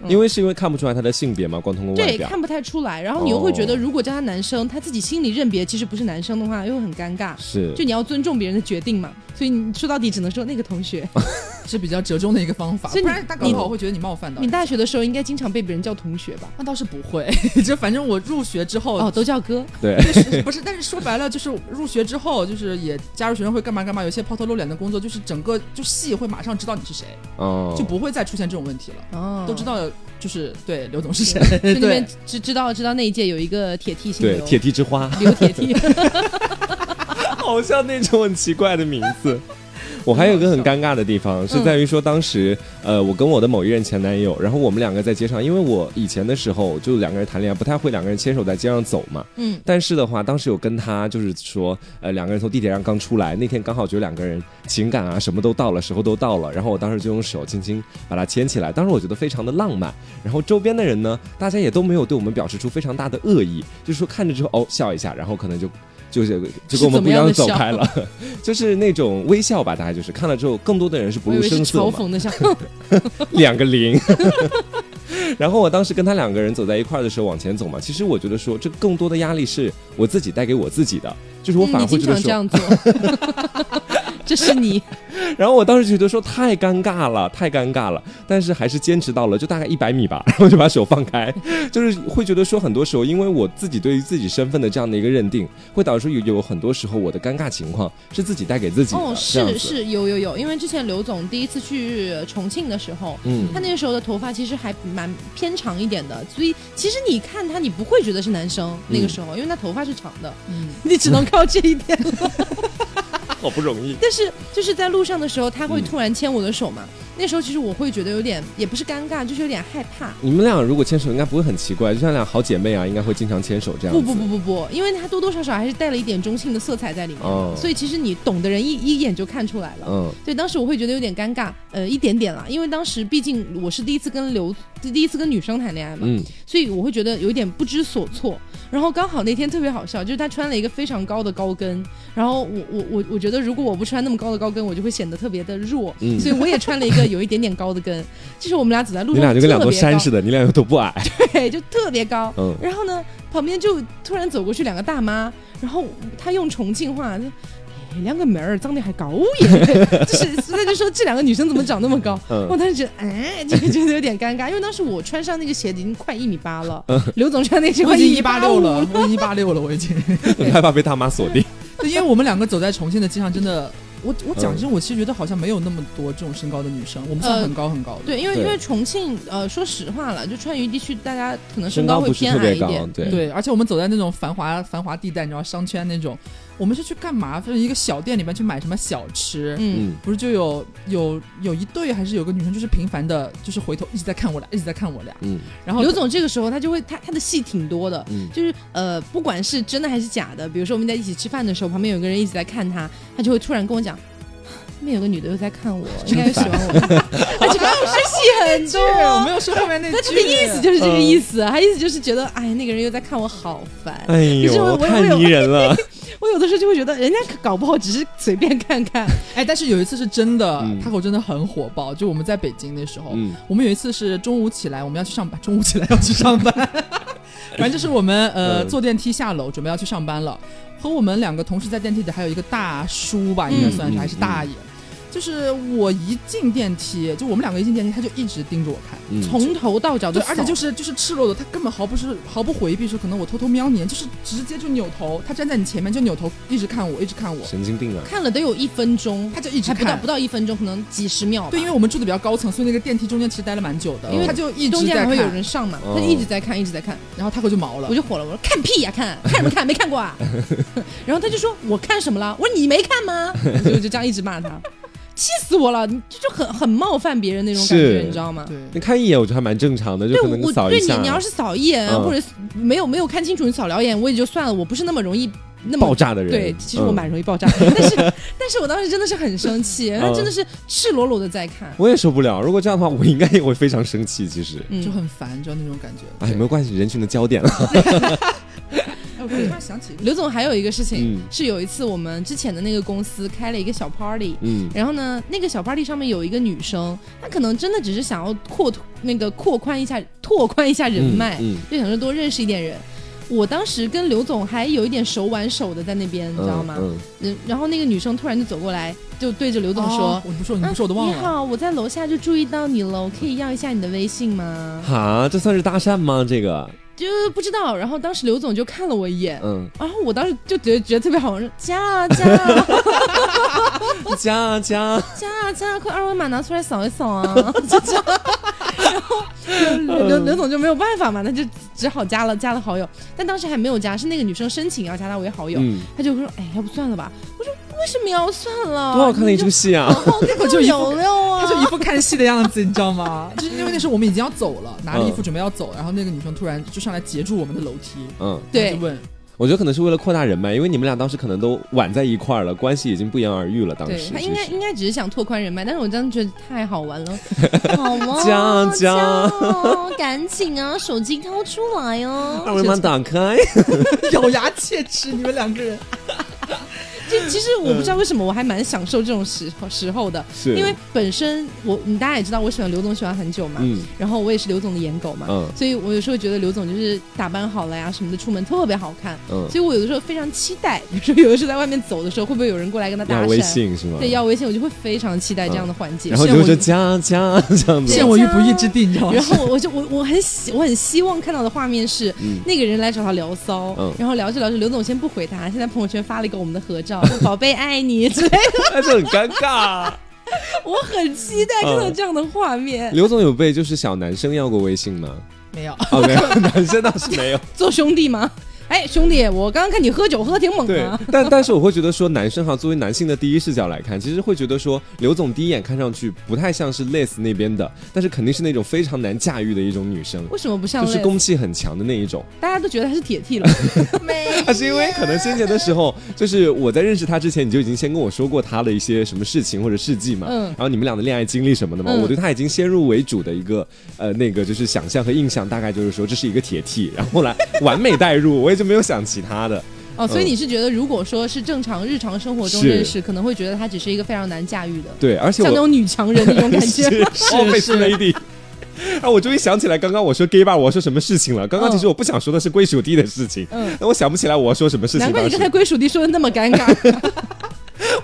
S2: 因为是因为看不出来他的性别嘛，光通过外
S1: 对，
S2: 表。
S1: 看不太出来。然后你又会觉得，
S2: 哦
S1: 如果叫他男生，他自己心里认别其实不是男生的话，又很尴尬。
S2: 是
S1: 就，你要尊重别人的决定嘛，所以你说到底只能说那个同 学。
S3: 是比较折中的一个方法，
S1: 所以你
S3: 不然他搞不好会觉得你冒犯到
S1: 你
S3: 人。
S1: 大学的时候应该经常被别人叫同学吧？
S3: 那倒是不会， 就反正我入学之后，
S1: 哦，都叫哥。
S2: 对，
S3: 对是不是？但是说白了，就是入学之后，就是也加入学生会干嘛干嘛，有些抛头露脸的工作，就是整个就系会马上知道你是谁，
S2: 哦，
S3: 就不会再出现这种问题了。
S1: 哦，
S3: 都知。道，就是对刘总是谁，
S1: 就那
S3: 对
S1: 边，知知道知道那一届有一个铁 T 姓
S2: 哎对
S1: 刘，
S2: 铁 T 之花，
S1: 刘铁 T。
S2: 好像那种很奇怪的名字。我还有一个很尴尬的地方是在于说，当时呃，我跟我的某一任前男友，然后我们两个在街上，因为我以前的时候就两个人谈恋爱不太会两个人牵手在街上走嘛，
S1: 嗯，
S2: 但是的话，当时有跟他就是说，呃，两个人从地铁上刚出来，那天刚好觉得两个人情感啊什么都到了，时候都到了，然后我当时就用手轻轻把他牵起来，当时我觉得非常的浪漫。然后周边的人呢，大家也都没有对我们表示出非常大的恶意，就是说看着之后哦笑一下，然后可能就。就是 就跟我们不一样地走开了， 就是那种微笑吧，大概就是看了之后，更多的人是不
S1: 我以
S2: 露
S1: 为是
S2: 声色
S1: 嘲
S2: 嘛，
S1: 讽的笑。
S2: 两个零。 然后我当时跟他两个人走在一块儿的时候往前走嘛，其实我觉得说这更多的压力是我自己带给我自己的，就是我
S1: 嗯
S2: 反而
S1: 你
S2: 会
S1: 经
S2: 觉得
S1: 常这
S2: 说，
S1: 样做。 这是你，
S2: 然后我当时觉得说太尴尬了，太尴尬了，但是还是坚持到了就大概一百米吧， 然后就把手放开，就是会觉得说很多时候因为我自己对于自己身份的这样的一个认定，会导致说有有很多时候我的尴尬情况是自己带给自己的，
S1: 哦，
S2: 这样
S1: 是
S2: 子，
S1: 是有有有，因为之前刘总第一次去重庆的时候，
S2: 嗯
S1: 他那个时候的头发其实还蛮偏长一点的，所以其实你看他，你不会觉得是男生那
S2: 嗯
S1: 个时候，因为他头发是长的，
S3: 嗯，
S1: 你只能靠这一点了。
S2: 好不容易，
S1: 但是就是在路上的时候，他
S2: 嗯
S1: 会突然牵我的手嘛，那时候其实我会觉得有点，也不是尴尬，就是有点害怕。
S2: 你们俩如果牵手应该不会很奇怪，就像俩好姐妹啊，应该会经常牵手这样
S1: 不
S2: 子，
S1: 不不不不，因为他多多少少还是带了一点中性的色彩在里面的，
S2: 哦
S1: 所以其实你懂的人一一眼就看出来了。
S2: 嗯。
S1: 对，当时我会觉得有点尴尬，呃，一点点啦，因为当时毕竟我是第一次跟刘，第一次跟女生谈恋爱嘛，
S2: 嗯，
S1: 所以我会觉得有点不知所措。然后刚好那天特别好笑，就是她穿了一个非常高的高跟，然后我我我我觉得如果我不穿那么高的高跟，我就会显得特别的弱，
S2: 嗯
S1: 所以我也穿了一个有一点点高的跟。 就是我们俩走在路
S2: 你
S1: 上，
S2: 俩就跟两
S1: 特
S2: 座
S1: 别
S2: 山
S1: 高
S2: 似的，你俩又都不矮。
S1: 对，就特别高。
S2: 嗯
S1: 然后呢，旁边就突然走过去两个大妈，然后她用重庆话，她哎两个妹儿长得还高耶， 就是所以就说这两个女生怎么长那么高。我
S2: 嗯，
S1: 当时觉得，哎，这个觉得有点尴尬，因为当时我穿上那个鞋子已经快一米八了，
S2: 嗯
S1: 刘总穿那鞋
S3: 我
S1: 快
S3: 已经
S1: 一
S3: 一八
S1: 五
S3: 六了，我已经一八六了，我已经。
S2: 很害怕被大妈锁定。
S3: 对，因为我们两个走在重庆的街上，真的，我我讲
S2: 嗯
S3: 真，我其实觉得好像没有那么多这种身高的女生，我们算
S1: 呃
S3: 很高很高的。
S1: 对，因为
S2: 对
S1: 因为重庆，呃，说实话了，就川渝地区，大家可能
S2: 身
S1: 高
S2: 高
S1: 会
S2: 不是
S1: 偏
S2: 特
S1: 矮
S2: 别
S1: 一
S2: 高
S1: 点，
S2: 对
S3: 对，而且我们走在那种繁华繁华地带，你知道商圈那种，我们是去干嘛？就是一个小店里面去买什么小吃，
S1: 嗯，
S2: 嗯，
S3: 不是就有有有一对还是有个女生，就是频繁的，就是回头一直在看我俩，一直在看我俩。
S2: 嗯
S3: 然后
S1: 刘总这个时候他就会他他的戏挺多的，
S2: 嗯
S1: 就是呃，不管是真的还是假的，比如说我们在一起吃饭的时候，旁边有个人一直在看他，他就会突然跟我讲，那边有个女的又在看我，应该又喜欢我，而且我是戏很
S3: 对，我没啊
S1: 重。
S3: 有说后面 那句，
S1: 他这个意思就是这
S3: 嗯
S1: 个意思，啊他意思就是觉得，哎，那个人又在看我，好烦。
S2: 哎
S1: 可是我
S2: 呦，
S1: 我
S2: 太
S1: 我有
S2: 迷人了。
S1: 我有的时候就会觉得，人家搞不好只是随便看看。
S3: 哎，但是有一次是真的
S2: 嗯，
S3: 他口真的很火爆。就我们在北京那时候，
S2: 嗯
S3: 我们有一次是中午起来，我们要去上班， 中午起来要去上班。 反正就是我们呃
S2: 嗯
S3: 坐电梯下楼，准备要去上班了。和我们两个同时在电梯里还有一个大叔吧，应该算是、
S2: 嗯
S3: 还是大爷。就就是我一进电梯，就我们两个一进电梯，他就一直盯着我看。
S2: 嗯
S1: 从头到哦脚都
S3: 对，
S1: 扫，
S3: 而且就是就是赤裸裸，他根本毫不是毫不回避说，可能我偷偷瞄你，就是直接就扭头，他站在你前面就扭头，一直看我，一直看我，
S2: 神经病啊！
S1: 看了得有一分钟，
S3: 他就一直
S1: 还不到
S3: 看
S1: 不。到一分钟，可能几十秒吧。
S3: 对，因为我们住的比较高层，所以那个电梯中间其实待了蛮久的，
S2: 因为
S3: 他就一
S1: 中
S3: 直
S1: 间
S3: 在
S1: 还
S3: 看，嗯
S1: 会有人上嘛，
S2: 哦
S1: 他就一直在看，一直在看，
S3: 然后他可就毛了
S1: 我。就火了，我说看屁呀、看，看什么看，没看过啊。 然后他就说我看什么了？我说你没看吗？ 我就我就这样一直骂他，气死我了！你这就很很冒犯别人那种感觉
S2: 是，
S1: 你知道吗？
S3: 对，
S2: 你看一眼我觉得还蛮正常的，就
S1: 对
S2: 可能
S1: 我
S2: 扫
S1: 对
S2: 一
S1: 你
S2: 下，，
S1: 你要是扫一眼、
S2: 嗯
S1: 或者没有没有看清楚，你扫两眼我也就算了，我不是那么容易那么
S2: 爆炸的人，
S1: 对，其实我
S2: 嗯
S1: 蛮容易爆炸， 但是但是我当时真的是很生气，
S2: 嗯
S1: 他真的是赤裸裸的在看，
S2: 我也受不了。如果这样的话，我应该也会非常生气。其实，
S1: 嗯，
S3: 就很烦，知道那种感觉。
S2: 哎，没关系，人群的焦点了。
S3: 哎，我突然想起，
S1: 刘总还有一个事情、
S2: 嗯
S1: 是有一次我们之前的那个公司开了一个小 party，
S2: 嗯
S1: 然后呢，那个小 party 上面有一个女生，她可能真的只是想要扩那个扩宽一下拓宽一下人脉，
S2: 嗯，
S1: 就想着多认识一点人。我当时跟刘总还有一点手挽手的在那边，你
S2: 嗯
S1: 知道吗？
S2: 嗯，
S1: 嗯，然后那个女生突然就走过来，就对着刘总说。
S3: 哦我不说，你不说，我都忘
S1: 啊。
S3: 了
S1: 你。好，我在楼下就注意到你了，我可以要一下你的微信吗？
S2: 哈，这算是搭讪吗？这个，
S1: 就是不知道。然后当时刘总就看了我一眼，
S2: 嗯，
S1: 然后我当时就觉得觉得特别好玩，说加啊加啊
S2: 加啊加，
S1: 加啊加啊，快二维码拿出来扫一扫 啊，就这样。然后刘刘刘总就没有办法嘛，他就只好加了加了好友，但当时还没有加，是那个女生申请要加他为好友，
S2: 嗯，
S1: 他就说哎，要不算了吧？我说为什么要算了？
S2: 多好看的一出
S1: 你
S2: 戏啊！
S1: 就好看
S3: 那会儿就一副
S1: 有六啊，
S3: 他就一副看戏的样子，你知道 吗？就是因为那时候我们已经要走了，拿着衣服准备要走，然后那个女生突然就上来截住我们的楼梯，
S2: 嗯，
S3: 她
S1: 对
S3: 就。问
S2: 我觉得可能是为了扩大人脉，因为你们俩当时可能都晚在一块儿了，关系已经不言而喻了。当
S1: 对
S2: 时
S1: 他应该
S2: 其实
S1: 应该只是想拓宽人脉，但是我真的觉得太好玩 了，好吗？
S2: 加啊加
S1: 加，赶紧啊，手机掏出来哦！
S2: 二维码打开，
S3: 咬牙切齿，你们两个 人，
S1: 这其实我不知道为什么，我还蛮享受这种时候时候的，
S2: 是
S1: 因为本身我你大家也知道，我喜欢刘总喜欢很久嘛，
S2: 嗯
S1: 然后我也是刘总的颜狗嘛，
S2: 嗯
S1: 所以我有时候觉得刘总就是打扮好了呀什么的，出门特别好看，
S2: 嗯，
S1: 所以我有的时候非常期待，比如说有的时候在外面走的时候，会不会有人过来跟他搭
S2: 要
S1: 讪？
S2: 微信是吗？
S1: 对，要微信，我就会非常期待这样的环节。
S2: 然后你就说加加 这样
S1: 对
S2: 子
S3: 陷，我于不义之地，你 知道吗
S1: 然？后我就我我很希我很希望看到的画面是。
S2: 嗯，
S1: 那个人来找他聊骚，
S2: 嗯
S1: 然后聊着聊着，刘总先不回他，现在朋友圈发了一个我们的合照，说宝贝爱你之类的，
S2: 那就哎很尴尬。
S1: 我很期待看到这样的画面。
S2: 刘总有被就是小男生要过微 信吗？
S3: 没有，
S2: 哦，没有， 男生倒是没有。
S1: 做兄弟吗？哎，兄弟，我刚刚看你喝酒喝的挺猛
S2: 对
S1: 啊。，
S2: 但但是我会觉得说，男生哈，作为男性的第一视角来看，其实会觉得说，刘总第一眼看上去不太像是 Les 那边的，但是肯定是那种非常难驾驭的一种女生，
S1: 为什么不上
S2: 就
S1: 位？
S2: 是攻气很强的那一种。
S1: 大家都觉得他是铁 T 了，
S2: 那啊是因为可能先前的时候，就是我在认识他之前，你就已经先跟我说过他的一些什么事情或者事迹嘛，
S1: 嗯
S2: 然后你们俩的恋爱经历什么的嘛，
S1: 嗯
S2: 我对他已经先入为主的一个呃那个就是想象和印象，大概就是说这是一个铁 T，然后后来完美带入，我也就没有想其他的。
S1: 哦，所以
S2: 嗯
S1: 你是觉得，如果说是正常日常生活中
S2: 是
S1: 认识，可能会觉得他只是一个非常难驾驭的，
S2: 对，而且
S1: 像那
S2: 我
S1: 种女强人那种感
S2: 是
S1: 觉。
S2: 是 Office Lady。啊！我终于想起来，刚刚我说 gay bar，我说什么事情了？刚刚其实我不想说的是归属地的事情，
S1: 嗯
S2: 那我想不起来我要说什么事情。
S1: 难怪你
S2: 当时
S1: 刚才归属地说的那么尴 尬。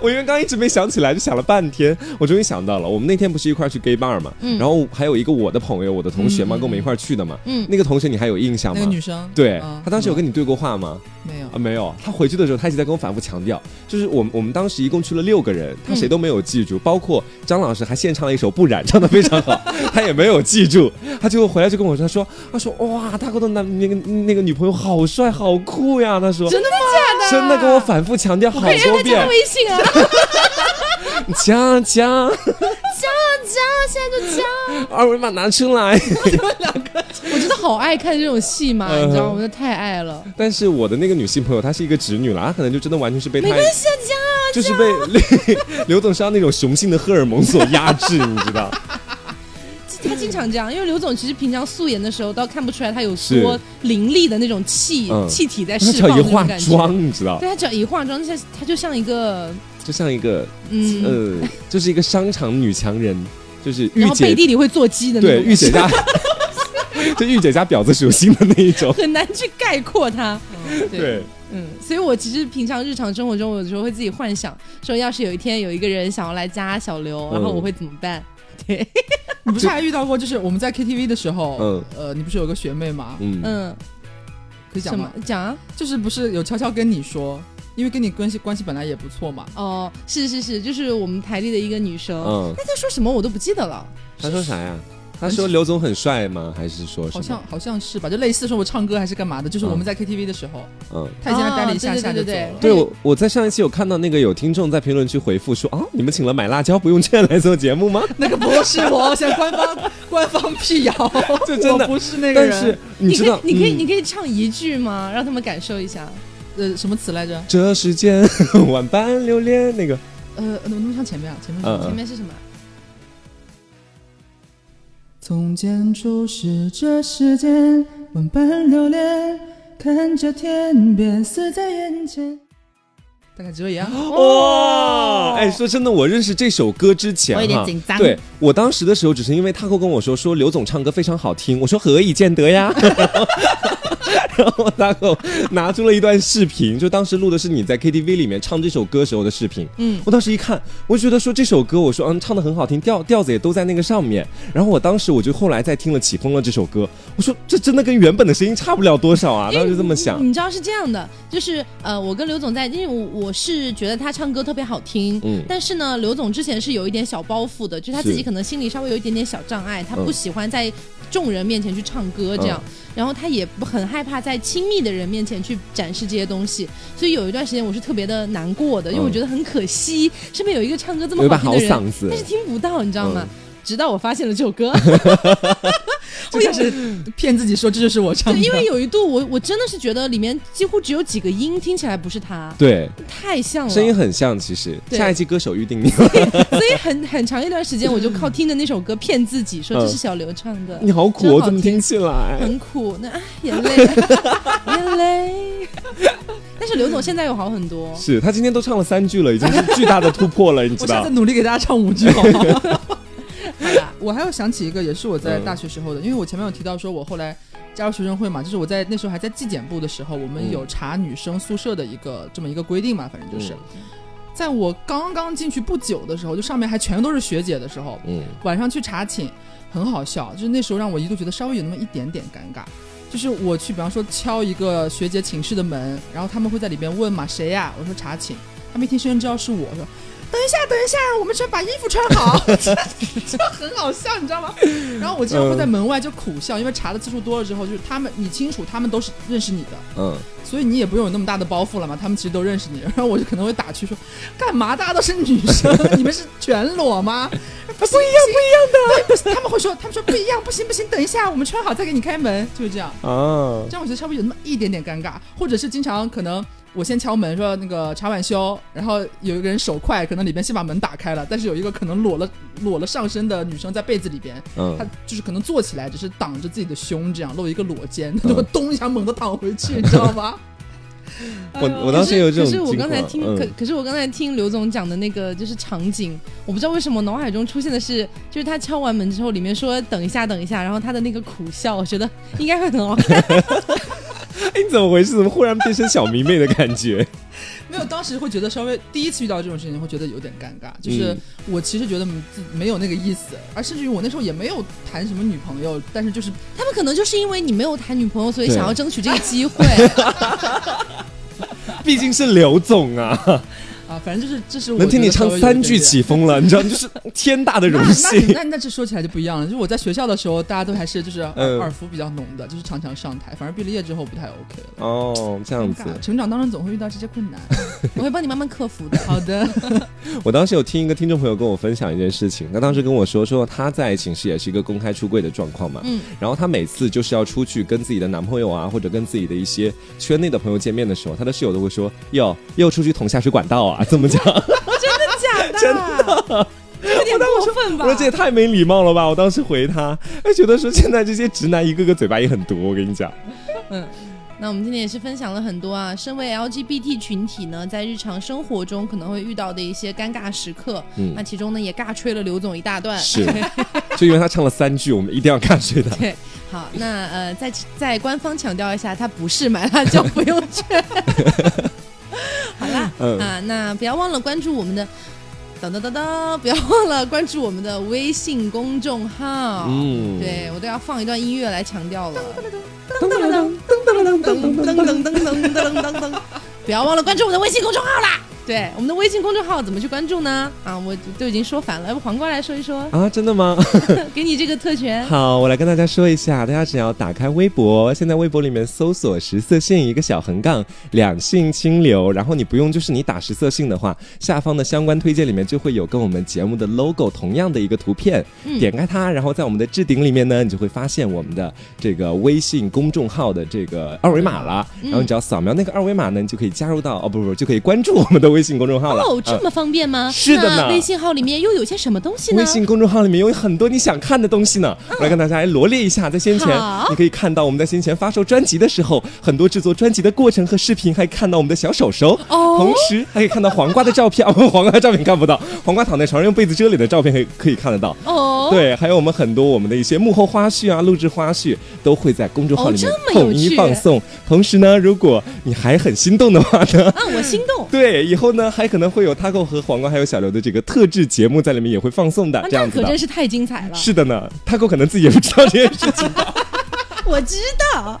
S2: 我因为刚刚一直没想起来，就想了半天，我终于想到了。我们那天不是一块儿去 gay bar 嘛，
S1: 嗯
S2: 然后还有一个我的朋友，我的同学嘛，跟我们一块儿去的嘛。
S1: 嗯，
S2: 那个同学你还有印象
S3: 那
S2: 吗？
S3: 个女生，
S2: 对
S3: 嗯，
S2: 他当时有跟你对过话吗？
S1: 嗯
S3: 没有
S2: 啊，？没有。他回去的时候，他一直在跟我反复强调，就是我们我们当时一共去了六个人，他谁都没有记住，包括张老师还现唱了一首《不染》，唱的非 常好，他也没有记住。他最后回来就跟我说，他说他说哇，大哥的男那个那个女朋友好帅好酷呀，他说
S1: 真的吗？啊假的
S2: 真的跟我反复强调好
S1: 可以让
S2: 多
S1: 他加
S2: 遍
S1: 个，微信啊，
S2: 加加。
S1: 加加，现在就加。
S2: 二维码拿出来。
S1: 我真的好爱看这种戏嘛，
S2: 嗯
S1: 你知道吗？我真的太爱了。
S2: 但是我的那个女性朋友，她是一个直女啦，她可能就真的完全是被她
S1: 没关系啊，加啊
S2: 就。是被 刘总上那种雄性的荷尔蒙所压制，你知 道？
S1: 他经常这样，因为刘总其实平常素颜的时候倒看不出来他有多凌厉的那种气、
S2: 嗯
S1: 气体在
S2: 她
S1: 哎释
S2: 只要
S1: 放
S2: 一
S1: 那种
S2: 化
S1: 感觉。
S2: 妆，你知道？
S1: 对他只要一化妆，他他就像一个
S2: 就像一个
S1: 嗯，
S2: 呃，就是一个商场女强人，就是御
S1: 然后背
S2: 姐
S1: 地里会做鸡的那
S2: 对
S1: 种，
S2: 御姐 家， 就御姐家婊子属性的那一种。
S1: 很难去概括他。
S3: 嗯，
S2: 对，
S3: 嗯，
S1: 所以我其实平常日常生活中，我有时候会自己幻想，说要是有一天有一个人想要来加小刘，然后
S2: 嗯
S1: 我会怎么办？对，
S3: 你不是还遇到过，就是我们在 KTV 的时候，
S2: 嗯
S3: 呃，你不是有个学妹吗？
S2: 嗯
S1: 嗯，
S3: 可以讲
S1: 什
S3: 吗
S1: 么？讲啊？
S3: 就是不是有悄悄跟你说，因为跟你关系关系本来也不错嘛，
S1: 哦，是是是，就是我们台里的一个女生，
S2: 嗯，
S1: 那她说什么我都不记得了。
S2: 他说啥呀？他
S1: 嗯
S2: 说刘总很帅吗？还是说什
S3: 好
S2: 么
S3: 像好像是吧，就类似说我唱歌还是干嘛的，就是我们在 KTV 的时候，
S2: 嗯。
S3: 他以前待了一
S1: 嗯啊
S3: 下
S1: 对对
S3: 下就
S1: 对
S3: 走
S1: 对
S3: 了。
S2: 对，我我在上一期有看到那个有听众在评论区回复说啊，你们请了买辣椒不用这样来做节目吗？
S3: 那个不是我，现在官方 官方 辟谣，
S2: 这真的
S3: 我不是那个
S2: 但
S3: 人。
S2: 是你
S1: 你
S2: 知
S1: 可
S2: 道
S1: 以，，你可以，
S2: 嗯
S1: 你可以唱一句吗？让他们感受一下。
S3: 呃，什么词来着？
S2: 这世间 万般留恋那个，
S3: 呃，能不能唱前面啊？前面是什么
S2: 嗯
S1: 前面是什么？
S3: 从前就是这世间万般流连，看着天边死在眼前。大概只有一样。
S1: 哦
S2: 哇！哎，说真的，我认识这首歌之前，
S1: 我有点
S2: 哈
S1: 紧张
S2: 对我当时的时候，只是因为他会跟我说说刘总唱歌非常好听，我说何以见 得呀？然后大狗拿出了一段视频，就当时录的是你在 KTV 里面唱这首歌时候的视频。
S1: 嗯，
S2: 我当时一看，我就觉得说这首歌，我说嗯唱的很好听，调调子也都在那个上面。然后我当时我就后来再听了《起风了》这首歌，我说这真的跟原本的声音差不了多少啊，
S1: 因
S2: 当
S1: 为
S2: 时就这么
S1: 你
S2: 想。
S1: 你知道是这样的，就是呃，我跟刘总在，因为我我是觉得他唱歌特别好听，
S2: 嗯
S1: 但是呢，刘总之前是有一点小包袱的，就是他
S2: 是
S1: 自己可能心里稍微有一点点小障碍，他
S2: 嗯
S1: 不喜欢在众人面前去唱歌这样，然后他也不很害怕在亲密的人面前去展示这些东西，所以有一段时间我是特别的难过的，因为我
S2: 嗯
S1: 觉得很可惜，身边有一个唱歌这么
S2: 有一把
S1: 听
S2: 好
S1: 的人，
S2: 嗓子
S1: 但，是听不到，你知道吗？
S2: 嗯
S1: 直到我发现了这首 歌，
S3: 就开始骗自己说这就是我唱
S1: 对，
S3: 的，
S1: 因为有一度我我真的是觉得里面几乎只有几个音听起来不是他，
S2: 对，
S1: 太像了，
S2: 声音很像。其实
S1: 对
S2: 下一期歌手预定你。
S1: 所以很很长一段时间我就靠听着那首歌骗自己，说
S2: 嗯
S1: 这是小刘唱的，
S2: 你好苦
S1: 真
S2: 哦，
S1: 好
S2: 怎么
S1: 听
S2: 听起来？
S1: 很苦，那唉哎眼 泪眼泪。但是刘总现在有好很多，
S2: 是他今天都唱了三句了，已经是巨大的突破了，你知
S3: 我下
S2: 道
S3: 次？努力给大家唱五 句好吗？
S1: 好吧
S3: 我还有想起一个，也是我在大学时候的，因为我前面有提到说，我后来加入学生会嘛，就是我在那时候还在纪检部的时候，我们
S2: 嗯
S3: 有查女生宿舍的一个这么一个规定嘛，反正就是，在我刚刚进去不久的时候，就上面还全都是学姐的时候，
S2: 嗯，
S3: 晚上去查寝，很好笑，就是那时候让我一度觉得稍微有那么一点点尴尬。就是我去，比方说敲一个学姐寝室的门，然后他们会在里边问嘛，谁呀、我说查寝，他们一听声音知道是我，说等一下，等一下，我们先把衣服穿好， 这这很好笑，你知道吗？然后我经常会在门外就苦笑，因为查的次数多了之后，就是他们你清楚，他们都是认识你的，
S2: 嗯，
S3: 所以你也不用有那么大的包袱了嘛，他们其实都认识你。 然后我就可能会打趣说，干嘛大家都是女生， 你们是全裸吗？不一样，不一样的。对，不是，他们会说，他们说不一样，不行不行，等一下，我们穿好再给你开门，就是这样。
S2: 啊，
S3: 这样我觉得稍微有那么一点点尴尬，或者是经常可能我先敲门说那个查晚修，然后有一个人手快，可能里边先把门打开了，但是有一个可能裸了裸了上身的女生在被子里边，
S2: 嗯
S3: 她，就是可能坐起来只是挡着自己的胸，这样露一个裸肩，她
S2: 嗯
S3: 就会 咚一下猛地躺回去，你知道吗？
S2: 我我
S1: 可
S2: 当时
S1: 是
S2: 有这
S1: 哎可
S2: 种
S1: 是
S2: 情
S1: 我
S2: 况，
S1: 刚才听，可
S2: 嗯
S1: 可是我刚才听刘总讲的那个就是场景，我不知道为什么脑海中出现的是，就是他敲完门之后，里面说等一下等一下，然后他的那个苦笑，我觉得应该会很 好看。
S2: 哎，你怎么回事？怎么忽然变成小迷妹的感觉？
S3: 没有，当时会觉得稍微第一次遇到这种事情会觉得有点尴尬，就是
S2: 嗯
S3: 我其实觉得自己没有那个意思，而甚至于我那时候也没有谈什么女朋友，但是就是
S1: 他们可能就是因为你没有谈女朋友，所以
S2: 对
S1: 想要争取这个机会。
S2: 毕竟是刘总啊，
S3: 啊，反正就是这是我
S2: 能听你
S3: 觉得稍
S2: 唱
S3: 微有
S2: 三
S3: 一
S2: 句
S3: 点点
S2: 起风了，你知道，就是天大的
S3: 那
S2: 荣
S3: 那
S2: 幸。
S3: 那那这说起来就不一样了，就是我在学校的时候，大家都还是就是
S2: 嗯
S3: 耳福比较浓的，就是常常上台，反而毕了业之后不太 OK 了。
S2: 哦，这样
S3: 尴
S2: 子。
S3: 尬，成长当中总会遇到这些困难。
S1: 我会帮你慢慢克 服的。
S3: 好的，
S2: 我当时有听一个听众朋友跟我分享一件事情，他当时跟我说说他在寝室也是一个公开出柜的状况嘛，
S1: 嗯
S2: 然后她每次就是要出去跟自己的男朋友啊，或者跟自己的一些圈内的朋友见面的时候，她的室友都会说：“哟，又出去捅下水管道啊？”怎 么讲？
S1: 假 的，真的，有点过分吧
S2: 我？说这也太没礼貌了吧！我当时回她，哎，觉得说现在这些直男一个个嘴巴也很毒，我 跟你讲，
S1: 嗯。那我们今天也是分享了很多啊，身为 LGBT 群体呢，在日常生活中可能会遇到的一些尴尬时刻。
S2: 嗯
S1: 那，其中呢，也尬吹了刘总一大段。
S2: 是，就因为他唱了三句，我们一定要看谁的。
S1: 对，好，那呃，再再官方强调一下，它不是 买辣椒不用券。好啦，
S2: 嗯
S1: 啊，那不要忘了关注我们的。当当当当！不要忘了关注我们的微信公众号。
S2: 嗯
S1: 对我都要放一段音乐来强调了。
S2: 噔噔噔噔噔噔噔噔噔噔，
S1: 噔噔噔噔噔！不要忘了关注我们的微信公众号啦。对，我们的微信公众号怎么去关注呢？啊，我都已经说反了，要不黄瓜来说一说，
S2: 啊，真的吗？
S1: 给你这个特权。
S2: 好，我来跟大家说一下，大家只要打开微博，现在微博里面搜索“十色性”一个小横杠，两性清流，然后你不用，就是你打“十色性”的话，下方的相关推荐里面就会有跟我们节目的 logo 同样的一个图片，
S1: 嗯
S2: 点开它，然后在我们的置顶里面呢，你就会发现我们的这个微信公众号的这个二维码了，
S1: 嗯
S2: 然后你只要扫描那个二维码呢，你就可以加入到哦不不，就可以关注我们的微信公众号了。
S1: 哦，
S2: 嗯
S1: 这么方便吗？
S2: 是的呢
S1: 那微信号里面又有些什么东西呢？嗯
S2: 微信公众号里面有很多你想看的东西呢，我来跟大家来罗列一下。在先前
S1: 好，
S2: 你可以看到我们在先前发售专辑的时候，很多制作专辑的过程和视频，还看到我们的小手手。
S1: 哦
S2: 同时还可以看到黄瓜的照片，啊 不黄瓜的照片看不到，黄瓜躺在床上用被子遮脸的照片可以可以看得到。
S1: 哦，
S2: 对，还有我们很多我们的一些幕后花絮啊、录制花絮，都会在公众号里面
S1: 哦这么有
S2: 统一
S1: 趣
S2: 放送。同时呢，如果你还很心动的话呢，
S1: 啊，我心动。
S2: 对，以后呢还可能会有 Taco 和黄瓜还有小刘的这个特制节目在里面也会放送的
S1: 啊，，
S2: 这
S1: 那
S2: 样子
S1: 可
S2: 的
S1: 真。是太精彩了！
S2: 是的呢，Taco 可能自己也不知道这件事情。
S1: 我知道，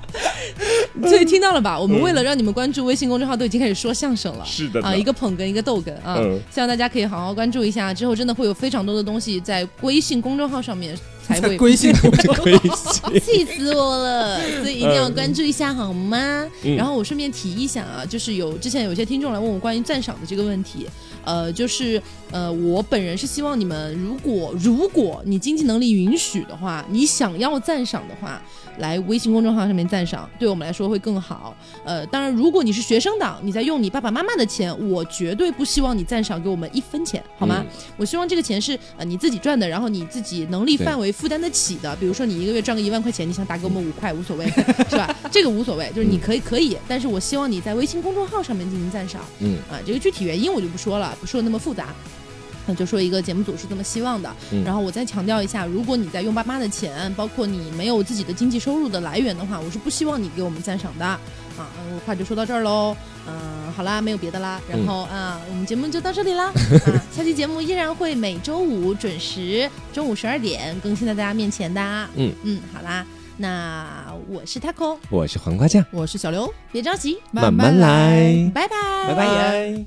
S1: 所以听到了吧？我们为了让你们关注微信公众号，都已经开始说相声了。
S2: 是的呢
S1: 啊，一 个捧哏，一个逗哏啊
S2: 嗯，
S1: 希望大家可以好好关注一下，之后真的会有非常多的东西在微信公众号上面才
S3: 在
S1: 会。
S3: 归信公众
S2: 可以信
S1: 气死我了！ 所以一定要关注一下好吗？然后我顺便提一下啊，就是有之前有些听众来问我关于赞赏的这个问题，呃，就是呃，我本人是希望你们如果如果你经济能力允许的话，你想要赞赏的话，来微信公众号上面赞赏，对我们来说会更好。呃，当然，如果你是学生党，你在用你爸爸妈妈的钱，我绝对不希望你赞赏给我们一分钱，好吗？我希望这个钱是呃你自己赚的，然后你自己能力
S2: 对
S1: 范围负担得起的。比如说你一个月赚个一万块钱，你想打给我们五块无所 谓，是吧？这个无所谓，
S2: 嗯
S1: 就是你可以可以，但是我希望你在微信公众号上面进行赞赏。
S2: 嗯
S1: 啊，这个具体原因我就不说了，不说的那么复杂。那就说一个节目组是这么希望的，
S2: 嗯
S1: 然后我再强调一下，如果你在用爸妈的钱，包括你没有自己的经济收入的来源的话，我是不希望你给我们赞赏的啊。我话就说到这儿喽，嗯、好啦，没有别的啦，然
S2: 嗯
S1: 后啊、我们节目就到这里啦，啊， 下期节目依然会每周五准时中午十二点更新在大家面前的啊，
S2: 嗯
S1: 嗯，好啦，那我是 taco，
S2: 我是黄瓜酱，
S3: 我是小刘，
S1: 别着急，
S2: 慢慢来
S1: 拜拜，
S2: 拜。拜。